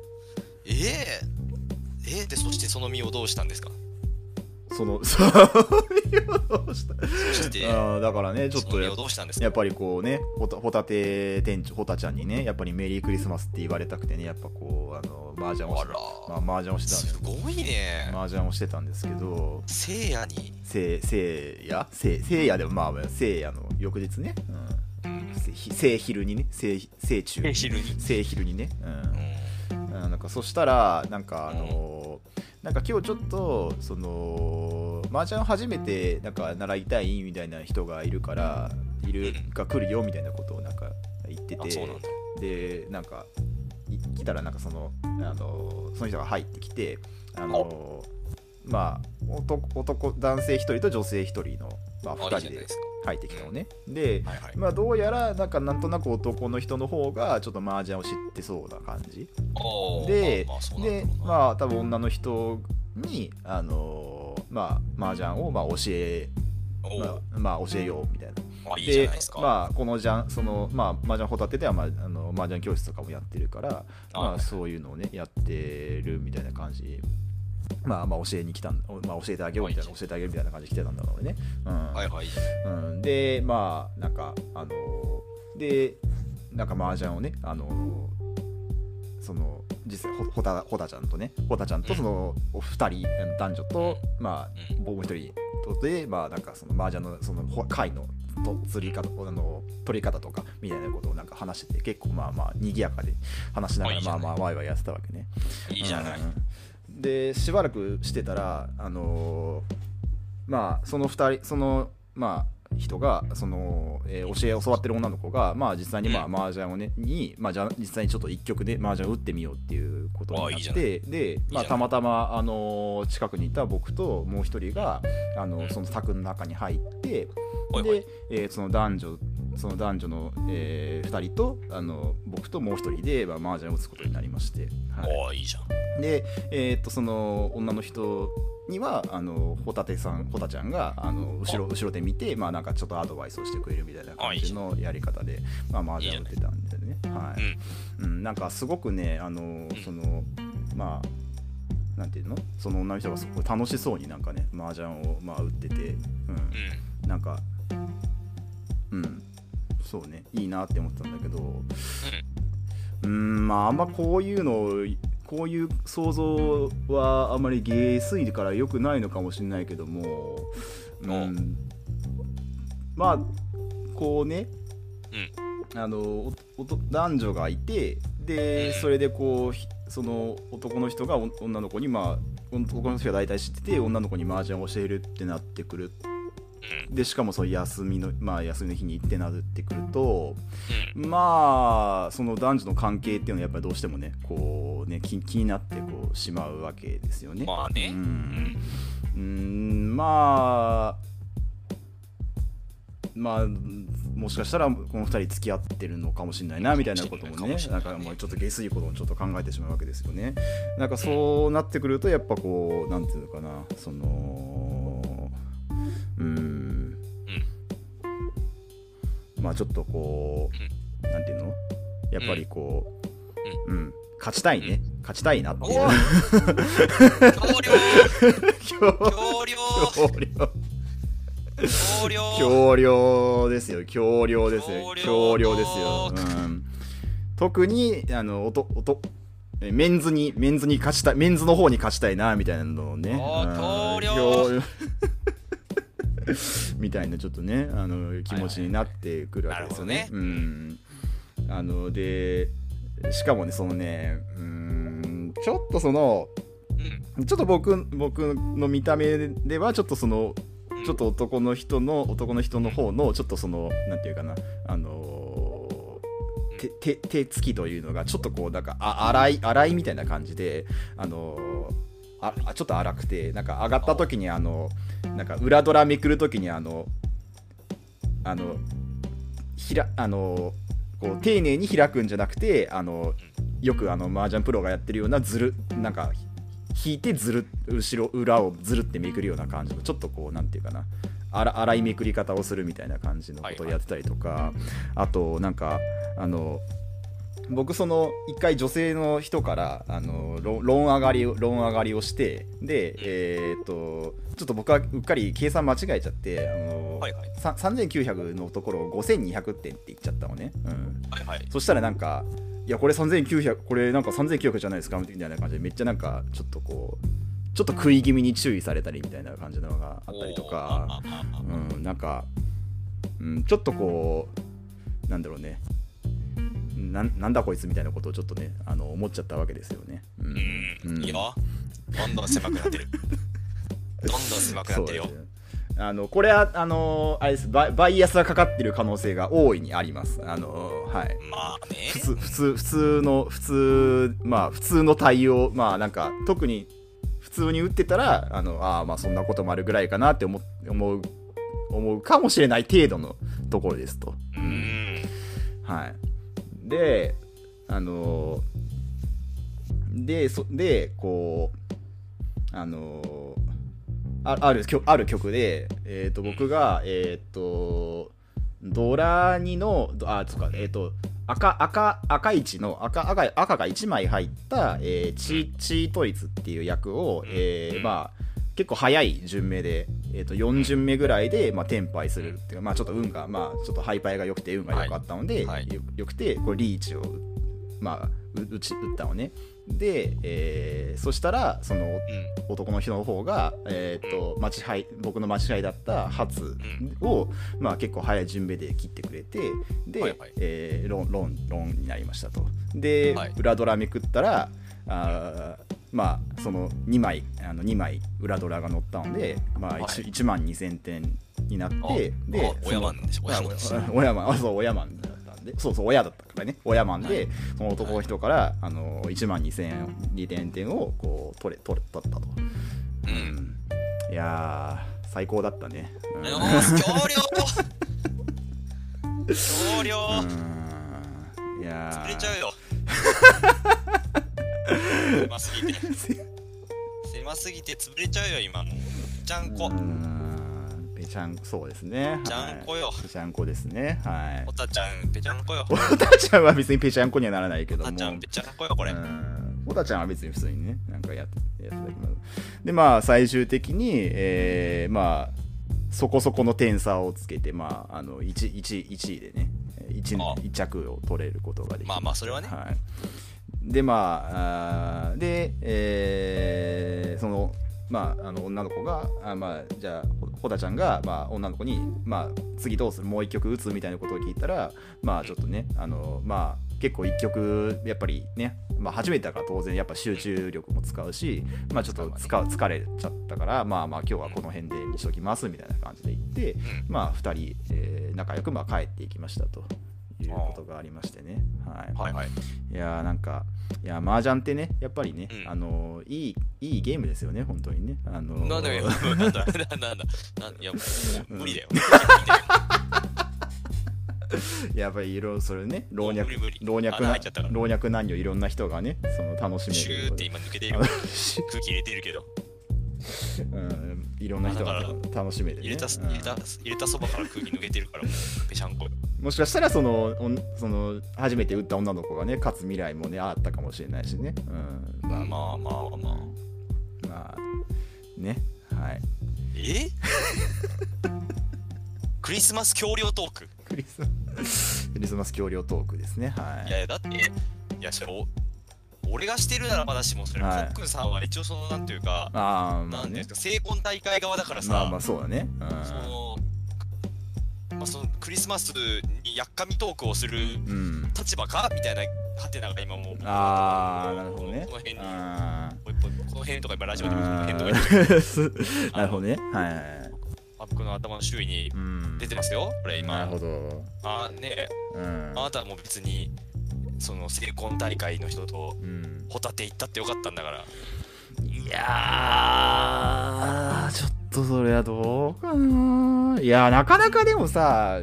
Speaker 2: ええで、そしてその身をどうしたんですか
Speaker 1: そ のそういうことをした
Speaker 2: そして、
Speaker 1: あーだからねちょっ
Speaker 2: その
Speaker 1: と
Speaker 2: 身
Speaker 1: や
Speaker 2: をどうしたんですか
Speaker 1: やっぱりこうねホタホタテ店長ホタちゃんにねやっぱりメリークリスマスって言われたくてねやっぱこうあの麻雀をし
Speaker 2: あら
Speaker 1: まあ、麻雀をしてたんですす
Speaker 2: ごいね。
Speaker 1: 麻雀をしてたんですけど
Speaker 2: せいやに。
Speaker 1: せいせいやせいせいやでもまあせいやの翌日ね、うん、せひせい昼にねせいせい中
Speaker 2: せい昼に
Speaker 1: せい昼にね、
Speaker 2: うん。
Speaker 1: うんあなんかそしたらなんかあのーなんか今日ちょっとその麻雀を初めてなんか習いたいみたいな人がいるからいるが来るよみたいなことをなんか言って
Speaker 2: あ、
Speaker 1: て
Speaker 2: そうなんだ。
Speaker 1: でなんかい来たらなんかそのあのその人が入ってきてあのまあ男男男性1人と女性1人の、まあ、
Speaker 2: あ
Speaker 1: 2
Speaker 2: れじ
Speaker 1: 人
Speaker 2: ゃないで
Speaker 1: です入ってきたのねで
Speaker 2: か。はいはい。
Speaker 1: まあどうやらなんかなんとなく男の人の方がちょっと麻雀を知ってそうな感じ
Speaker 2: おー
Speaker 1: で
Speaker 2: まあまあ、そうなんだろ
Speaker 1: で
Speaker 2: うな。
Speaker 1: まあ多分女の人にあのまあ麻雀をまあ教え
Speaker 2: お
Speaker 1: まあ、まあ教えようみたいな
Speaker 2: あ、いいじゃないですか。
Speaker 1: まあこのジャンそのまあ麻雀ホタテではまああの麻雀教室とかもやってるからま
Speaker 2: は
Speaker 1: あ
Speaker 2: い
Speaker 1: そういうのをねやってるみたいな感じまあまあ教えに来たんまあ教えてあげようみたいな
Speaker 2: はい
Speaker 1: 教えてあげるみたいな感じで来てたんだろうねうん、
Speaker 2: はいはい。
Speaker 1: うん、でまあなんかあのでなんか麻雀をねあのその実際ほほたほたちゃんとねほたちゃんとそのお二人あの男女と、まあ
Speaker 2: うん
Speaker 1: もう一人とでまあなんかその麻雀のそのほ会のと釣り方あの取り方とかみたいなことをなんか話してて結構まあまあ賑やかで話しなが
Speaker 2: あい
Speaker 1: ら
Speaker 2: いじ
Speaker 1: ま
Speaker 2: ゃ
Speaker 1: あ
Speaker 2: ない
Speaker 1: まあワイワイやってたわけね。
Speaker 2: いいじゃない。
Speaker 1: うんでしばらくしてたらあのーまあその二人そのまあ人がその、えー教え教わってる女の子がまあ実際にまあ
Speaker 2: うん
Speaker 1: 麻雀をねにまあじゃあ実際にちょっと一局で麻雀を打ってみようっていうことに
Speaker 2: あ
Speaker 1: ない
Speaker 2: い
Speaker 1: っ
Speaker 2: じゃな
Speaker 1: てでまあ
Speaker 2: いいじゃない
Speaker 1: たまたまあのー近くにいた僕ともう一人があのその柵の中に入って
Speaker 2: はいはい
Speaker 1: で、えーその男女その男女の、え2人とあの僕ともう一人で、まあ、麻雀を打つことになりまして、はい、
Speaker 2: おーいいじゃん。
Speaker 1: で、えーっとその女の人にはあのホタテさんホタちゃんがあの後ろ後ろで見てまあなんかちょっとアドバイスをしてくれるみたいな感じのやり方でまあ麻雀を打ってたんでねはい、うん、なんかすごくねあのそのまあなんていうのその女の人がすごい楽しそうになんかね麻雀をまあ打ってて、うん
Speaker 2: う、ん。
Speaker 1: なんかうんそうねいいなって思ってたんだけどうーんまああんまこういうのこういう想像はあんまり下水から良くないのかもしれないけどもうんまあこうね、あのおおと男女がいてで、
Speaker 2: うん
Speaker 1: それでこうひその男の人がお女の子にまあ男の人が大体知ってて女の子に麻雀を教えるってなってくる
Speaker 2: うん。
Speaker 1: でしかもその休みのまあ休みの日に行ってなってくると
Speaker 2: うん。
Speaker 1: まあその男女の関係っていうのはやっぱりどうしてもねこうね気気になってこうしまうわけですよね。
Speaker 2: まあね。
Speaker 1: う、
Speaker 2: うんん。
Speaker 1: うんまあまあもしかしたらこの2人付き合ってるのかもしれないなみたいなこともね
Speaker 2: かもしれ
Speaker 1: な
Speaker 2: なん
Speaker 1: か
Speaker 2: い
Speaker 1: もうちょっと下水こともちょっと考えてしまうわけですよね。なんかそうなってくるとやっぱこうなんていうのかなそのうん
Speaker 2: うん。
Speaker 1: まあちょっとこう、なんていうのやっぱりこう、うん、勝ちたいね、勝ちたいなっていう。
Speaker 2: おー橋梁
Speaker 1: 今日
Speaker 2: 橋梁
Speaker 1: 今日橋
Speaker 2: 橋梁
Speaker 1: 梁ですよ橋梁ですよ
Speaker 2: 橋
Speaker 1: 橋
Speaker 2: 梁
Speaker 1: 梁ですよ、うん、特にあのおとおとえメンズにメンズに勝ちたいメンズの方に勝ちたいなみたいなのをね
Speaker 2: おー
Speaker 1: うん
Speaker 2: 橋梁
Speaker 1: 梁 みたいなちょっとねあの気持ちになってくるわけですよね,、
Speaker 2: なるほどね
Speaker 1: うんあのでしかもねそのねうんちょっとその
Speaker 2: うん
Speaker 1: ちょっと僕僕の見た目ではちょっとその
Speaker 2: うん
Speaker 1: ちょっと男の人の男の人の方のちょっとそのなんていうかなあのー手手手つきというのがちょっとこうなんかあ荒い荒いみたいな感じであのーああちょっと荒くてなんか上がった時にあのなんか裏ドラめくる時にあのあのひらあのーこう丁寧に開くんじゃなくてあのよくあの麻雀プロがやってるようなずるなんか引いてずる後ろ裏をずるってめくるような感じのちょっとこうなんていうかな荒荒いめくり方をするみたいな感じのことをやってたりとか、あとなんかあの僕その一回女性の人からあのロローン上がりをローン上がりをしてで、えーっとちょっと僕はうっかり計算間違えちゃってあの、
Speaker 2: はいはい
Speaker 1: さ3900のところを5200点って言っちゃったのね。うん
Speaker 2: はいはい
Speaker 1: そしたらなんか、いや、これ3900、これなんか3900じゃないですかみたいな感じで、めっちゃなんか、ちょっとこう、ちょっと食い気味に注意されたりみたいな感じのがあったりとか、
Speaker 2: おーああああ
Speaker 1: うん、なんか、うん、ちょっとこう、なんだろうね、なんなんだこいつみたいなことをちょっとね、あの思っちゃったわけですよね。う
Speaker 2: うんいいよどんどん狭くな ってるどんどん狭くな
Speaker 1: そ
Speaker 2: っ
Speaker 1: う
Speaker 2: て
Speaker 1: で
Speaker 2: る
Speaker 1: す
Speaker 2: よ
Speaker 1: ねあのこれはあのあれですバイバイアスがかかってる可能性が大いにあります。あのはい、
Speaker 2: まあね
Speaker 1: 普通普通普通の普通まあ普通の対応まあなんか特に普通に打ってたらあのああまあそんなこともあるぐらいかなって思思う思うかもしれない程度のところですと。
Speaker 2: うん
Speaker 1: はい、であのでそでこうあのあある曲ある曲で、えー、と僕がえっ、とドラ2のどあそうかえっ、と赤赤赤一の赤赤い赤が1枚入った、えーチチートイツっていう役を、えーまあ結構早い順目で、えー、と4巡目ぐらいで、まあ、転敗するっていうか、まあ、ちょっと運が、まあ、ちょっとハイパイが良くて運が良かったので、
Speaker 2: はいはい
Speaker 1: よよくてこうリーチを、まあ、う打ち打ったのねで、えーそしたらその
Speaker 2: うん
Speaker 1: 男の人の方が、えー、と待ち配僕の待ち配だった初を、まあ、結構早い順目で切ってくれてで、
Speaker 2: はいはい
Speaker 1: えーロンロンロンになりましたとで、
Speaker 2: はい
Speaker 1: 裏ドラめくったらあーまあその2枚あの2枚裏ドラが乗ったので、まあ 1,、
Speaker 2: はい
Speaker 1: 1万2000点になっ
Speaker 2: あ
Speaker 1: てで
Speaker 2: あ
Speaker 1: そ
Speaker 2: 親
Speaker 1: の
Speaker 2: マンでしょ
Speaker 1: 親
Speaker 2: 親マンでしょ
Speaker 1: 親マンあそう親マンだったんでそうそう親だったからね親マンで、その男の人から、あの1万2000点点をこう取れ取れ取ったと、
Speaker 2: う
Speaker 1: うんんいやー最高だったね、うん
Speaker 2: よーし橋梁 橋梁
Speaker 1: うんいやー
Speaker 2: 触れちゃうよ狭すぎて狭すぎて潰れちゃうよ今もうちゃんこ
Speaker 1: うんぺちゃんそうですね
Speaker 2: ぺちゃんこよ
Speaker 1: はいぺちゃんこですねはい
Speaker 2: おたちゃんぺちゃんこよ
Speaker 1: おたちゃんは別にぺちゃんこにはならないけ
Speaker 2: お
Speaker 1: ども
Speaker 2: たちゃんぺちゃんこよこれ
Speaker 1: うんオタちゃんは別に普通にねなんかやってやってたけどでまあ最終的に、えーまあそこそこの点差をつけてまああの 1, 1, 1位でね 1,
Speaker 2: ああ
Speaker 1: 1着を取れることができ
Speaker 2: まあまあそれはね
Speaker 1: はい、でまああーで、えーそのまあ、あの女の子があまあじゃあほほたちゃんが、まあ、女の子に、まあ、次どうするもう一曲打つみたいなことを聞いたらまあちょっとねあのまあ結構一曲やっぱりね、まあ、初めてだから当然やっぱ集中力も使うし、まあ、ちょっと使う疲れちゃったからまあまあ今日はこの辺でにしときますみたいな感じで言って、まあ、2人、えー仲良くまあ帰っていきましたということがありましてね。はい
Speaker 2: はいはい
Speaker 1: いやーなんかいやー麻雀ってねやっぱりね、
Speaker 2: うん
Speaker 1: あのーいいいいゲームですよね本当にねあのー
Speaker 2: なんだよなんだなんだなんだなんいやもう無理だよ
Speaker 1: やっぱりいろいろそれね老若
Speaker 2: もう無理無理
Speaker 1: 老若
Speaker 2: 穴
Speaker 1: な
Speaker 2: 開いちゃったから
Speaker 1: 老若男女いろんな人がねその楽しめる
Speaker 2: シューって今抜けてい
Speaker 1: あ
Speaker 2: る
Speaker 1: の
Speaker 2: 空気入れてるけど
Speaker 1: うんいろんな人が楽しめる、ね、
Speaker 2: 入れた
Speaker 1: うん
Speaker 2: 入れた入れたそばから空気抜けてるからもうぺちゃんこよ
Speaker 1: もしかしたらそのおんその初めて打った女の子がね勝つ未来もねあったかもしれないしね、うん、
Speaker 2: まあまあまあまあ
Speaker 1: まあねはい
Speaker 2: えクリスマス橋梁トーク。
Speaker 1: クリスマスクリスマス橋梁トークですね。はいい。
Speaker 2: やいや、だって、いや、それお俺がしてるならまだしも、それ、コ
Speaker 1: はい
Speaker 2: ックンさんは一応その、なんていうか、
Speaker 1: ああ、まあ
Speaker 2: なんてい
Speaker 1: ね
Speaker 2: うんです。か、成婚大会側だからさ、
Speaker 1: まあまあ、そうだね。うん。
Speaker 2: その、まあ、そのクリスマスにやっかみトークをする
Speaker 1: うん。
Speaker 2: 立場かみたいな、ハテナが今もう、
Speaker 1: ああ、なるほどね
Speaker 2: この。辺に
Speaker 1: あ
Speaker 2: この辺とか今ラジオでもこの辺とか言ってる
Speaker 1: ー なるほどね。はい。
Speaker 2: あ僕の頭の周囲に
Speaker 1: うん。
Speaker 2: 出てますよ、これ
Speaker 1: な
Speaker 2: 今
Speaker 1: る。ほど。
Speaker 2: あねえ
Speaker 1: うん
Speaker 2: あ。なたはもう別に、その、成婚大会の人と、
Speaker 1: うん。
Speaker 2: ホタテ行ったってよかったんだから。
Speaker 1: いやー、ちょっとそれはどうかな。いやー、なかなかでもさ、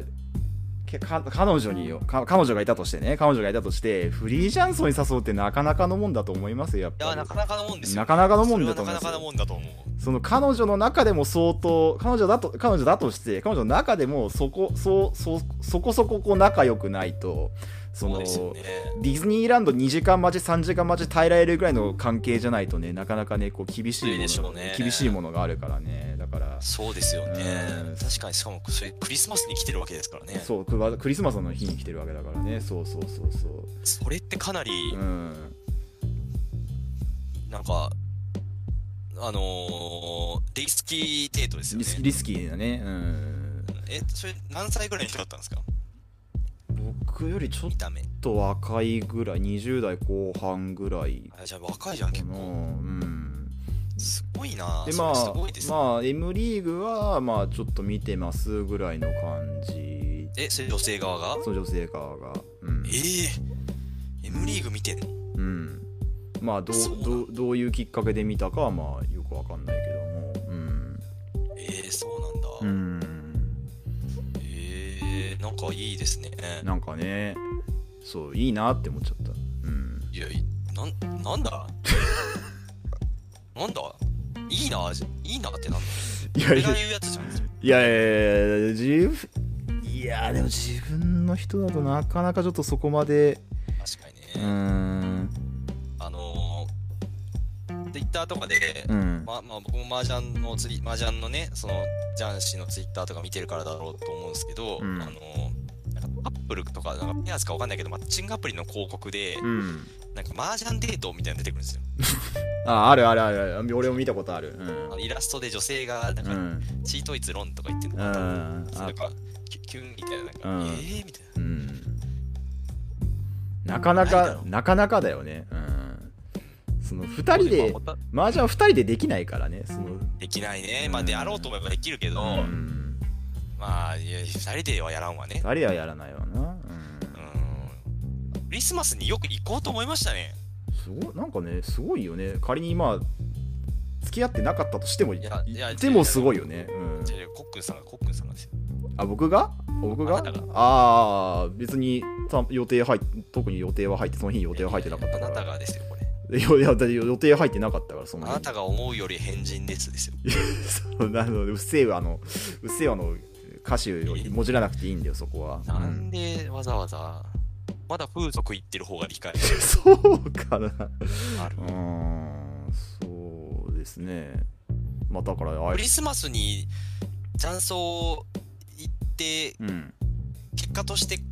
Speaker 1: けか彼女によか、彼女がいたとしてね、彼女がいたとして、フリージャンソンに誘うってなかなかのもんだと思いますよ、やっ
Speaker 2: い
Speaker 1: ぱ
Speaker 2: や、
Speaker 1: り。
Speaker 2: なかなかのもんですよ。
Speaker 1: なかなかのもんだと思
Speaker 2: それ
Speaker 1: い
Speaker 2: は
Speaker 1: ま
Speaker 2: な
Speaker 1: す
Speaker 2: かなかのもんだと思う。
Speaker 1: その彼女の中でも相当彼女だと彼女だとして彼女の中でもそこそそそこそここう仲良くないとそ
Speaker 2: そう
Speaker 1: の
Speaker 2: ですよね。
Speaker 1: ディズニーランド2時間待ち3時間待ち耐えられるぐらいの関係じゃないとねなかなかねこう厳しいもの
Speaker 2: きついでしょうね
Speaker 1: 厳しいものがあるからねだから
Speaker 2: そうですよね
Speaker 1: うん。
Speaker 2: 確かに、しかも、それクリスマスに来てるわけですからね。
Speaker 1: そうクワクリスマスの日に来てるわけだからねそうそうそうそ
Speaker 2: それってかなり
Speaker 1: う、うん
Speaker 2: なんか、あのー、リスキーデートですよ
Speaker 1: リス
Speaker 2: ね。
Speaker 1: リスキーだねうん
Speaker 2: え、それ何歳ぐらいの人だったんですか
Speaker 1: 僕よりちょっ
Speaker 2: 見た目。
Speaker 1: と若いぐらい20代後半ぐらい
Speaker 2: あじゃあ若いじゃん、
Speaker 1: か
Speaker 2: 結
Speaker 1: なう
Speaker 2: 構。
Speaker 1: ん
Speaker 2: すごいな
Speaker 1: で
Speaker 2: そ
Speaker 1: ま
Speaker 2: れ
Speaker 1: あ
Speaker 2: すごいですね。
Speaker 1: まあ M リーグはまあちょっと見てますぐらいの感じ
Speaker 2: え、それ女性側が
Speaker 1: その女性側がうん
Speaker 2: ええ M リーグ見てんの
Speaker 1: うんまあど
Speaker 2: そう
Speaker 1: う
Speaker 2: なん
Speaker 1: どうどういうきっかけで見たかはまあよくわかんないけどもうん
Speaker 2: ええそうなんだ。
Speaker 1: うん
Speaker 2: ええなんかいいですね。
Speaker 1: なんかねそういいなって思っちゃったうん
Speaker 2: いや、いなん、なんだ なんだいいな、じいいなってなんだ
Speaker 1: いや
Speaker 2: 俺
Speaker 1: い
Speaker 2: が
Speaker 1: や
Speaker 2: 言うやつじゃん。
Speaker 1: いやいやいや自分いやでも自分の人だとなかなかちょっとそこまで
Speaker 2: 確かに
Speaker 1: う
Speaker 2: ね。
Speaker 1: ん
Speaker 2: あのー、Twitter とかで、
Speaker 1: うん
Speaker 2: まあまあ僕も麻雀のツイ麻雀のねそのジャン氏のツイッターとか見てるからだろうと思うんですけど、
Speaker 1: うん
Speaker 2: あのなんかアップルとかなんかペアーズかわかんないけどマッチングアプリの広告で、
Speaker 1: うん
Speaker 2: なんか麻雀デートみたいなの出てくるんですよ。
Speaker 1: ああるあるあるある俺も見たことある
Speaker 2: あのイラストで女性がなん
Speaker 1: うん、う
Speaker 2: か
Speaker 1: ん
Speaker 2: チートイツロンとか言ってる
Speaker 1: う
Speaker 2: のかな、
Speaker 1: ん
Speaker 2: なんかキュキュンみたいななんか、
Speaker 1: うん
Speaker 2: えーみたいな。
Speaker 1: うんなかなか
Speaker 2: ないだろ
Speaker 1: なかなかだよねうんその2人で
Speaker 2: まあ
Speaker 1: 麻雀2人でできないからねその
Speaker 2: できないね。まあでやろうと思えばできるけど、
Speaker 1: うん
Speaker 2: まあいや二人ではやらんわね。
Speaker 1: あれはやらないわな
Speaker 2: うん。クリスマスによく行こうと思いましたね。
Speaker 1: うんすごいなんかねすごいよね仮に今付き合ってなかったとしてもい
Speaker 2: いやいや
Speaker 1: でもすごいよね、うん、
Speaker 2: じゃあコックンさんがコックンさんがですよ。
Speaker 1: あ僕が僕が
Speaker 2: あなたが
Speaker 1: ああ別にた予定入っ特に予定は入ってその日に予定は入ってなかった
Speaker 2: あ
Speaker 1: か
Speaker 2: なた
Speaker 1: ら
Speaker 2: がですよこれ
Speaker 1: いやいやだって予定入ってなかったからそ
Speaker 2: あ
Speaker 1: の日
Speaker 2: なたが思うより変人ですですよ
Speaker 1: そうなのでうっせぇわのうっせぇわの歌詞をもじらなくていいんだよそこは、う
Speaker 2: なん
Speaker 1: ん
Speaker 2: でわざわざまだ風俗行ってる方が理解
Speaker 1: そうかな
Speaker 2: ある
Speaker 1: うーんそうですねまあだからあ
Speaker 2: ク
Speaker 1: い
Speaker 2: リスマスに雀荘行って
Speaker 1: うん
Speaker 2: 結果としてカッ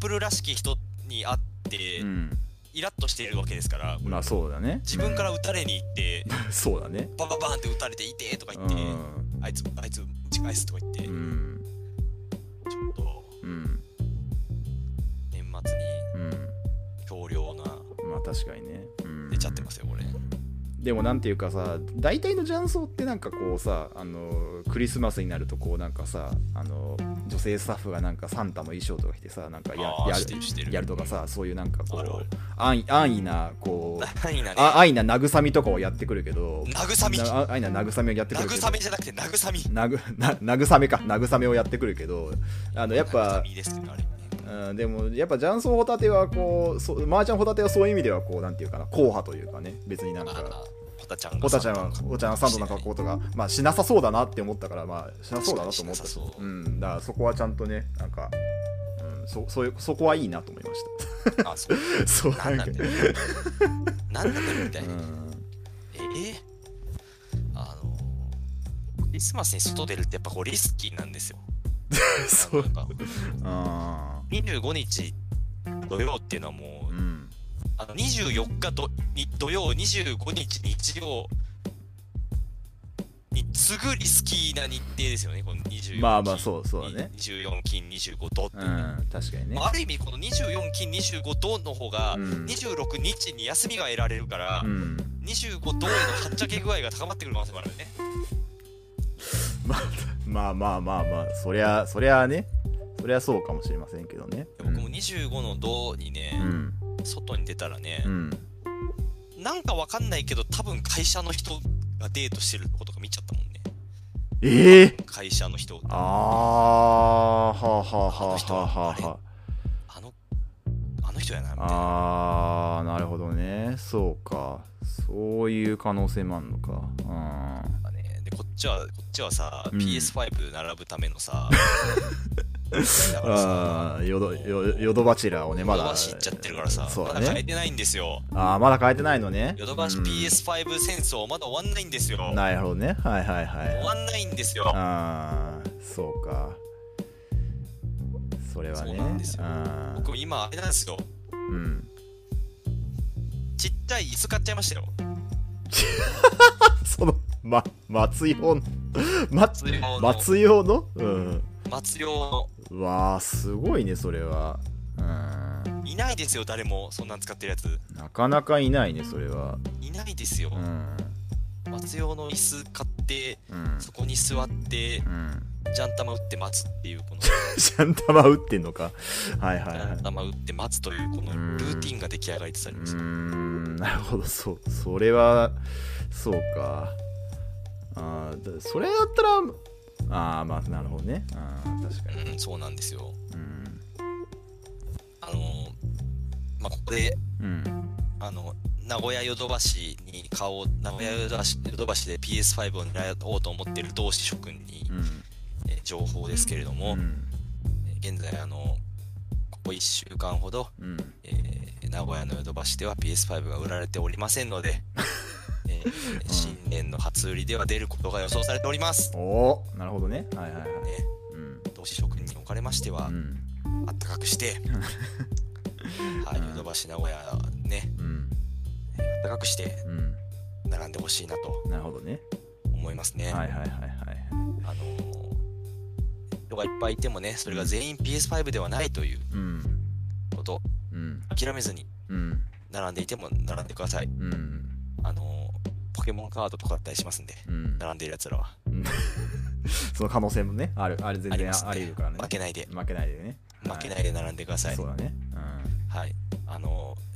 Speaker 2: プルらしき人に会って
Speaker 1: うん
Speaker 2: イラッとしているわけですから
Speaker 1: まあそうだね
Speaker 2: 自分から撃たれに行って
Speaker 1: うん そうだね
Speaker 2: バババーンって撃たれていてとか言
Speaker 1: う
Speaker 2: って
Speaker 1: ん
Speaker 2: あいつあいつ打ち返すとか言って
Speaker 1: う
Speaker 2: ちょ
Speaker 1: ん
Speaker 2: っと
Speaker 1: うん
Speaker 2: 年末に
Speaker 1: うん
Speaker 2: 強量な
Speaker 1: まあ確かにね、うん、
Speaker 2: 出ちゃってますよこれ
Speaker 1: でもなんていうかさ大体の雀荘ってなんかこうさあのクリスマスになるとこうなんかさあの女性スタッフがなんかサンタの衣装とか着てさなんかや
Speaker 2: あー
Speaker 1: や
Speaker 2: してるしてる
Speaker 1: やるとかさそういうなんかこ
Speaker 2: あるあ
Speaker 1: う
Speaker 2: る
Speaker 1: 安易安易なこう
Speaker 2: 何々
Speaker 1: あ安易な慰みとかをやってくるけど
Speaker 2: 慰み
Speaker 1: なあ安易な慰みをやってくるけど
Speaker 2: 慰めじゃなくて慰み
Speaker 1: なぐな慰めか慰めをやってくるけどあのやっぱ
Speaker 2: 慰みですけどあれ
Speaker 1: うん、でもやっぱ雀荘ホタテはこうそう麻雀ホタテはそういう意味ではこうなんていうかな硬派というかね別になん
Speaker 2: あ
Speaker 1: か
Speaker 2: ホタちゃんが
Speaker 1: ホタちゃんは
Speaker 2: サン
Speaker 1: ホタちゃんはサンド
Speaker 2: タの格好
Speaker 1: の格好とかまあしなさそうだなって思ったからまあしなそうだなと思った
Speaker 2: 確かにしなさそう
Speaker 1: うん、だからそこはちゃんとねなんか、うん、そそういうそこはいいなと思いまし
Speaker 2: あそう
Speaker 1: た そうな
Speaker 2: なん
Speaker 1: ん
Speaker 2: だ
Speaker 1: か
Speaker 2: ってなんだってみたいな、ええあのクリスマスに外出るってやっぱこうリスキーなんですよ
Speaker 1: そう
Speaker 2: なんか
Speaker 1: あ
Speaker 2: 25日土曜っていうのは
Speaker 1: ーう
Speaker 2: もうんあの24日土に土曜25日日曜に次ぐリスキーな日程ですよねこの24
Speaker 1: まあまあ
Speaker 2: う
Speaker 1: そうそうだね
Speaker 2: 24金25土って
Speaker 1: う
Speaker 2: いう、
Speaker 1: ん確かにね
Speaker 2: まあ、ある意味この24金25土の方が
Speaker 1: うん
Speaker 2: 26日に休みが得られるから、
Speaker 1: うん
Speaker 2: 25土へのはっちゃけ具合が高まってくる可能性もあるよね
Speaker 1: まあまあまあまあまあそりゃそりゃねそりゃそうかもしれませんけどね
Speaker 2: 僕も25の土にね
Speaker 1: う、ん
Speaker 2: 外に出たらね
Speaker 1: う、ん
Speaker 2: なんかわかんないけど多分会社の人がデートしてるとことか見ちゃったもんね
Speaker 1: ええ
Speaker 2: 会社の人
Speaker 1: ああはあはあはあはあはあは
Speaker 2: あのあの人やなみたいな
Speaker 1: ああーなるほどねそうかそういう可能性もあるのかうん
Speaker 2: ねでこっちはこっちはさ、
Speaker 1: うん
Speaker 2: PS5 並ぶため のさだからさ
Speaker 1: ああヨドヨヨドバチラをねまだ
Speaker 2: ヨドバシ行っちゃってるからさ、
Speaker 1: そう
Speaker 2: ま
Speaker 1: だ
Speaker 2: だ変え
Speaker 1: ね
Speaker 2: てないんですよ
Speaker 1: ああまだ変えてないのね
Speaker 2: ヨドバシ
Speaker 1: うん
Speaker 2: PS5 戦争まだ終わんないんですよ、
Speaker 1: なるほどねはいはいはい
Speaker 2: 終わんないんですよ
Speaker 1: ああそうかそれはね
Speaker 2: そうなんですよ
Speaker 1: あー
Speaker 2: 僕今あれなんですよ
Speaker 1: うん
Speaker 2: ちっちゃい椅子買っちゃいましたよ
Speaker 1: そのま松用のま
Speaker 2: 松用の
Speaker 1: 松用のうん
Speaker 2: 松用の
Speaker 1: うわあすごいねそれはうん
Speaker 2: いないですよ誰もそんなん使ってるやつ
Speaker 1: なかなかいないねそれはい
Speaker 2: ないですよ、
Speaker 1: うん
Speaker 2: 松用の椅子買って
Speaker 1: うん
Speaker 2: そこに座って
Speaker 1: うん
Speaker 2: ジャン玉打って待つっていうこの
Speaker 1: シャン玉打ってんのかはいはい
Speaker 2: ジ
Speaker 1: は
Speaker 2: ャ
Speaker 1: い
Speaker 2: ン玉打って待つというこの
Speaker 1: うん
Speaker 2: ルーティンが出来上がってた
Speaker 1: う
Speaker 2: りです
Speaker 1: ーんなるほどそうそれはそうかあーだそれだったらああまあなるほどねあー確かに
Speaker 2: うんそうなんですよ
Speaker 1: うん
Speaker 2: あのーまあここで
Speaker 1: うん
Speaker 2: あの名古屋ヨドバシに顔を名古屋ヨドバシヨドバシで PS5 を狙おうと思ってる同志諸君に、
Speaker 1: うん
Speaker 2: えー情報ですけれども、
Speaker 1: うん
Speaker 2: えー現在あのここ1週間ほど、
Speaker 1: うん
Speaker 2: えー名古屋のヨドバシでは PS5 が売られておりません ので、えー
Speaker 1: ん
Speaker 2: 新年の初売りでは出ることが予想されております、
Speaker 1: おおなるほどねはいはいはい
Speaker 2: ね、
Speaker 1: うん
Speaker 2: 同志諸君におかれましては、
Speaker 1: うん
Speaker 2: あったかく して、はい、ヨドバシ名古屋ね
Speaker 1: うん
Speaker 2: あったかくして
Speaker 1: うん
Speaker 2: 並んでほしいなと
Speaker 1: なるほどね
Speaker 2: 思いますね、
Speaker 1: はいはいはいはい
Speaker 2: あのー人がいっぱいいてもねそれが全員 PS5 ではないという
Speaker 1: うん
Speaker 2: こと
Speaker 1: うん
Speaker 2: 諦めずに
Speaker 1: うん
Speaker 2: 並んでいても並んでください
Speaker 1: うん
Speaker 2: あのーポケモンカードとかあったりしますんで
Speaker 1: うん
Speaker 2: 並んでいるやつらは
Speaker 1: その可能性もねあるあれ全
Speaker 2: あり
Speaker 1: 然
Speaker 2: ます
Speaker 1: あ
Speaker 2: ん
Speaker 1: り
Speaker 2: で、
Speaker 1: 得るからね
Speaker 2: 負けないで
Speaker 1: 負けないでね
Speaker 2: 負けないで並んでください
Speaker 1: そ
Speaker 2: は
Speaker 1: う
Speaker 2: い、
Speaker 1: だね
Speaker 2: あのー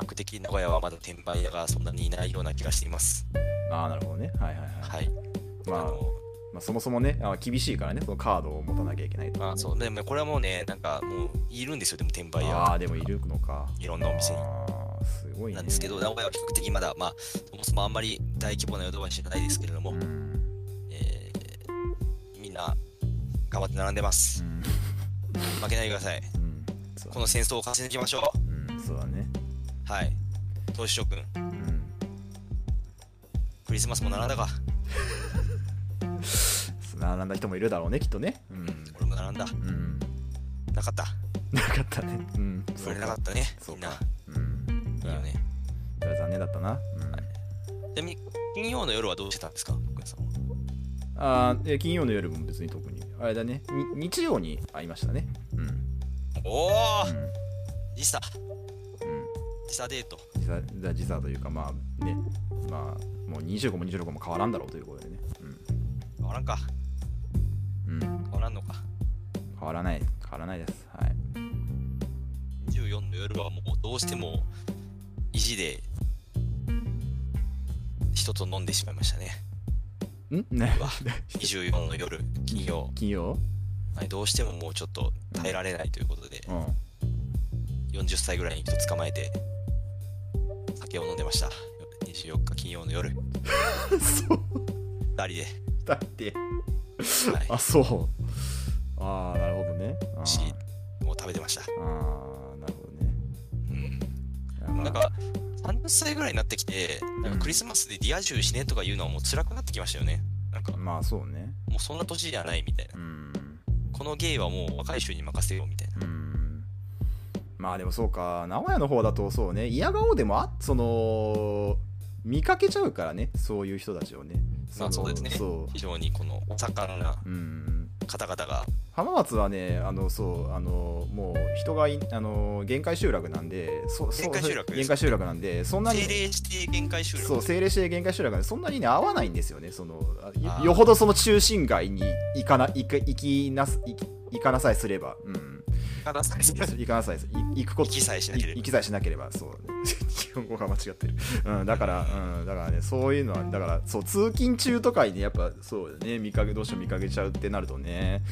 Speaker 2: 比較的名古屋はまだ転売屋がそんなにいないような気がしています
Speaker 1: うんああなるほどねはいはいはい
Speaker 2: はい、
Speaker 1: ま
Speaker 2: あ
Speaker 1: あ
Speaker 2: のー
Speaker 1: まあ、そもそもねあ厳しいからねそのカードを持たなきゃいけないとかね、
Speaker 2: まあそうでもこれはもうねなんかもういるんですよでも転売屋
Speaker 1: あ
Speaker 2: は
Speaker 1: あでもいるのか
Speaker 2: いろんなお店に
Speaker 1: あーすごいね
Speaker 2: なんですけど名古屋は比較的まだまあそもそもあんまり大規模なヨドバシじゃないですけれども、
Speaker 1: うん、
Speaker 2: えーみんな頑張って並んでます
Speaker 1: う、ん
Speaker 2: 負けないでください
Speaker 1: うんそう
Speaker 2: この戦争を勝ち抜きましょ
Speaker 1: うんそうだね
Speaker 2: うはい投資諸君
Speaker 1: うん
Speaker 2: クリスマスも並んだか
Speaker 1: 並んだ人もいるだろうねきっとねうん、
Speaker 2: 俺も並んだ
Speaker 1: うん、
Speaker 2: なかった
Speaker 1: なかったねうん
Speaker 2: 売れなかったね
Speaker 1: そう
Speaker 2: み
Speaker 1: ん
Speaker 2: な
Speaker 1: かうん
Speaker 2: いいよね
Speaker 1: それは残念だったな、うん
Speaker 2: ちなみに金曜の夜はどうしてたんですか僕さんは
Speaker 1: あーえ金曜の夜も別に特にあれだねに日曜に会いましたねうんうん
Speaker 2: おお、時差
Speaker 1: うん
Speaker 2: 時差デート
Speaker 1: 時差だ時差というかまあねまあもう25も26も変わらんだろうということでね
Speaker 2: 変わらんか
Speaker 1: うん、うん、
Speaker 2: 変わらんのか
Speaker 1: 変わらない変わらないですはい
Speaker 2: 24の夜はもうどうしても意地で人と飲んでしまいましたね
Speaker 1: んね
Speaker 2: うわ24の夜金曜、
Speaker 1: 金曜
Speaker 2: はい、どうしてももうちょっと耐えられないということで
Speaker 1: うん
Speaker 2: 40歳ぐらいに人捕まえて酒を飲んでました24日金曜の夜2
Speaker 1: そう
Speaker 2: 人で、
Speaker 1: だって
Speaker 2: はい
Speaker 1: あそうああなるほどねあ
Speaker 2: し
Speaker 1: ー
Speaker 2: もう食べてました、
Speaker 1: あーなるほどね
Speaker 2: うん、
Speaker 1: まあ
Speaker 2: なんか30歳ぐらいになってきてなんかクリスマスでリア充しねえとか言うのはもう辛くなってきましたよねなんかも
Speaker 1: まあそうね
Speaker 2: うそんな年じゃないみたいな
Speaker 1: うん
Speaker 2: このゲイはもう若い衆に任せようみたいな。
Speaker 1: うんまあでもそうか名古屋の方だとそうね嫌顔でもあその見かけちゃうからねそういう人たちをね
Speaker 2: まあ
Speaker 1: の
Speaker 2: そうですね
Speaker 1: そ。
Speaker 2: 非常にこのお魚な
Speaker 1: ううん
Speaker 2: 方々が、
Speaker 1: 浜松はねあのそうあのもう人がいあの限界集落なんでそそう
Speaker 2: 限界集落です
Speaker 1: 限界集落なんでそんなに
Speaker 2: 定例して限界集
Speaker 1: そう
Speaker 2: 落。
Speaker 1: 政令指定限界集落なんでそんなにね合わないんですよねそのあよ
Speaker 2: あー
Speaker 1: よほどその中心街に行かな行く行きなす行き行かなさえすれば うん
Speaker 2: 話さないです
Speaker 1: 行かなさいですい行 くこ
Speaker 2: 行
Speaker 1: と
Speaker 2: きさえしなけれ
Speaker 1: い
Speaker 2: ば
Speaker 1: 行。きさえしなければそう 日本語が間違ってる、うん、だから、うん、だからねそういうのはだからそう通勤中とかにねやっぱそうだね見かけどうしても見かけちゃうってなるとね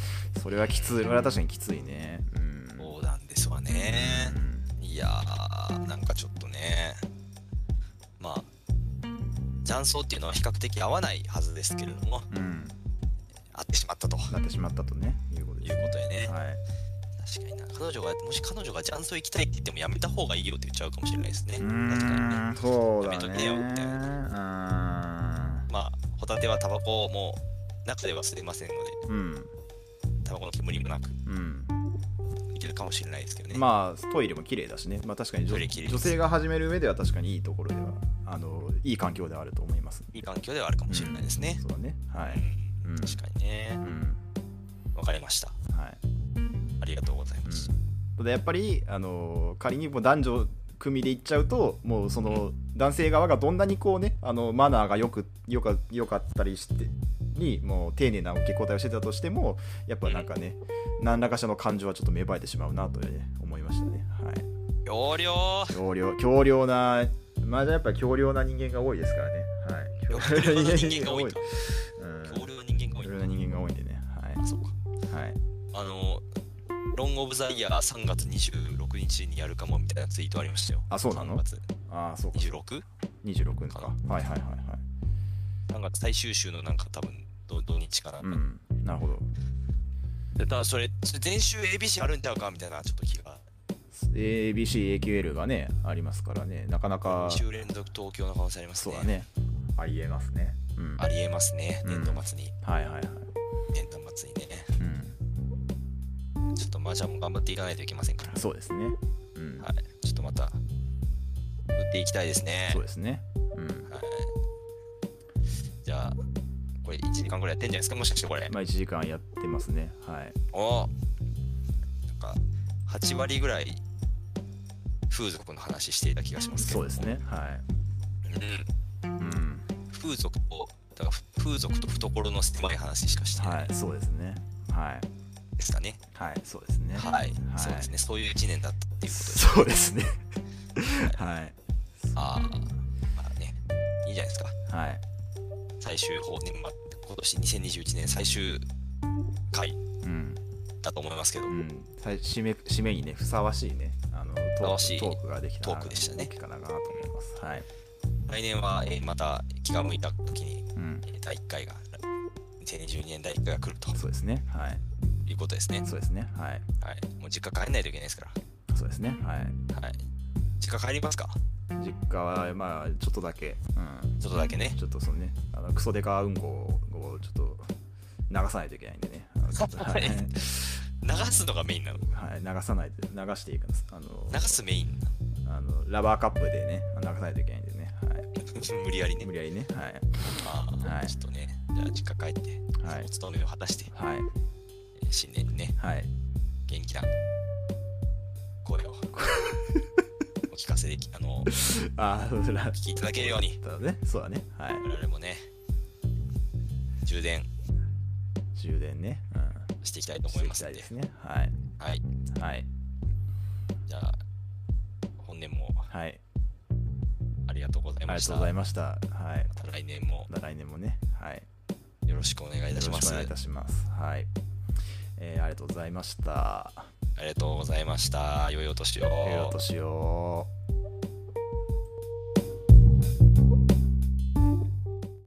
Speaker 1: それはきついそれは確かにきついねうん
Speaker 2: そうなんですわね。いやー、なんかちょっとね、まあ、雀荘っていうのは比較的合わないはずですけれども、
Speaker 1: うん、うん、
Speaker 2: 合ってしまったと
Speaker 1: なってしまったとねいうこと
Speaker 2: い
Speaker 1: で
Speaker 2: う
Speaker 1: す
Speaker 2: ことでね、
Speaker 1: はい
Speaker 2: 確かにな、彼女が、もし彼女が雀荘行きたいって言ってもやめた方がいいよって言っちゃうかもしれないですね。
Speaker 1: う
Speaker 2: 確かにね。
Speaker 1: ーんそうだ
Speaker 2: やめと
Speaker 1: ね
Speaker 2: けよ
Speaker 1: う
Speaker 2: みたいまあ、ホタテはタバコも中では吸えませんので、
Speaker 1: ーんうん
Speaker 2: タバコの煙もなく
Speaker 1: うん
Speaker 2: いけるかもしれないですけどね。
Speaker 1: まあトイレも綺麗だしね、まあ、確かに女
Speaker 2: トイレ綺麗です
Speaker 1: 女性が始める上では確かにいいところではあのいい環境ではあると思います
Speaker 2: いい環境ではあるかもしれないですね。
Speaker 1: そうだねは
Speaker 2: う
Speaker 1: い、
Speaker 2: ん
Speaker 1: うん
Speaker 2: 確かにね
Speaker 1: う。ん
Speaker 2: わかりました。
Speaker 1: はい
Speaker 2: ありがとうございます。
Speaker 1: ただやっぱりあの仮にもう男女組で行っちゃうともうその男性側がどんなにこうねあのマナーがよくよかよかったりしてにもう丁寧な受け答えをしてたとしてもやっぱなんかね、何らかしらの感情はちょっと芽生えてしまうなと、ね、思いましたねはい
Speaker 2: 要領
Speaker 1: 強量強量なまあじゃあやっぱ強量な人間が多いですからねはい
Speaker 2: 強量な人間が多 いか
Speaker 1: うん
Speaker 2: 要領人間が多い
Speaker 1: 強。量な人間が多いんでねは
Speaker 2: あ、そうか。
Speaker 1: いはい
Speaker 2: あの、ロングオブザイヤー3月26日にやるかもみたいなツイートありましたよ。
Speaker 1: あそうなの
Speaker 2: 3月
Speaker 1: ああそうか
Speaker 2: 26?3
Speaker 1: 26ですかはいはいはいはい
Speaker 2: 月最終週のなんか多分土土日かな。
Speaker 1: うんなるほど
Speaker 2: でただそれ、それ前週 ABC あるんちゃうかみたいなちょっと気が。
Speaker 1: ABCAQL がねありますからねなかなか
Speaker 2: 2週連続東京の可能性あります
Speaker 1: そう
Speaker 2: ね。
Speaker 1: だねありえますねうん
Speaker 2: ありえますね。
Speaker 1: うん
Speaker 2: 年度末に。
Speaker 1: はいはいはい
Speaker 2: 年度末にね。
Speaker 1: うん
Speaker 2: ちょっと麻雀も頑張っていかないといけませんから。
Speaker 1: そうですねうん
Speaker 2: はい。ちょっとまた、打っていきたいですね。
Speaker 1: そうですねうん
Speaker 2: はい。じゃあ、これ1時間ぐらいやってんじゃないですかもしかしてこれ。
Speaker 1: まあ1時間やってますねはい
Speaker 2: おなんか、8割ぐらい、風俗の話していた気がしますけ
Speaker 1: そ
Speaker 2: ど。
Speaker 1: うですね。は
Speaker 2: う
Speaker 1: いう
Speaker 2: ん。
Speaker 1: ん
Speaker 2: 風俗と、だから風俗と懐の狭い話しかしてない
Speaker 1: はいそうですねはい
Speaker 2: ですかね。
Speaker 1: はい、そうですね。
Speaker 2: はい、そうですね。そういう1年だったっていうことです。
Speaker 1: そうですね。 はい。
Speaker 2: ああ、まあね、いいじゃないですか。
Speaker 1: はい。
Speaker 2: 最終放年末、今年2021年最終回
Speaker 1: うん。
Speaker 2: だと思いますけど、
Speaker 1: うん。最締め、締めにね、ふさわしいね、あの、ト
Speaker 2: ふさわ
Speaker 1: ー
Speaker 2: し
Speaker 1: ク
Speaker 2: い
Speaker 1: トークができたな
Speaker 2: トークでしたね
Speaker 1: きたかなと思います。はい。
Speaker 2: 来年は、えーまた気が向いた時に、
Speaker 1: うん
Speaker 2: え。ー第1回が、2022年第1回が来ると
Speaker 1: そうですね。はい。
Speaker 2: いうことですね。
Speaker 1: そうですね。はい。
Speaker 2: はい、もう実家帰んないといけないですか
Speaker 1: そうですね。はい。
Speaker 2: ら。はい、実家帰りますか
Speaker 1: 実家は、まあ、ちょっとだけ、うん。
Speaker 2: ちょっとだけね。
Speaker 1: ちょっとそのね、あの、クソデカうんこを、ちょっと、流さないといけないんでね。あの ちょっとはい。
Speaker 2: 流すのがメインなの。
Speaker 1: はい、流さないで、流していくんです。あの、
Speaker 2: 流すメインな
Speaker 1: あのラバーカップでね、流さないといけないんでね、はい、
Speaker 2: の無理やりね
Speaker 1: 無。理やりね、はい、
Speaker 2: ああ、
Speaker 1: はい
Speaker 2: ちょっとね、じゃあ実家帰って、
Speaker 1: はい
Speaker 2: お勤めを果たして、
Speaker 1: はい、
Speaker 2: えー新年にね、
Speaker 1: はい、
Speaker 2: 元気な 声をお聞かせでき、あの、
Speaker 1: ああ、ラ
Speaker 2: お聞きいただけるように、
Speaker 1: だね、そうだね、はい、
Speaker 2: 我々もね、充電
Speaker 1: 充電ね、うん、
Speaker 2: していきたいと思います
Speaker 1: して
Speaker 2: の
Speaker 1: いきたい
Speaker 2: で、
Speaker 1: ですね、はい、
Speaker 2: はい、
Speaker 1: はい、
Speaker 2: じゃあ、本年も
Speaker 1: はい、
Speaker 2: ありがとうござい
Speaker 1: あり
Speaker 2: ま
Speaker 1: が
Speaker 2: し
Speaker 1: と
Speaker 2: た。
Speaker 1: うございました、はい、
Speaker 2: また来年も
Speaker 1: また来年もね、はい、
Speaker 2: よろしくお願いい
Speaker 1: よ
Speaker 2: た
Speaker 1: ろ
Speaker 2: し
Speaker 1: しく
Speaker 2: ます。
Speaker 1: お願いいたします、はい、えー、ありがとうございました、
Speaker 2: ありがとうございました。良いお年を。
Speaker 1: ええお年を。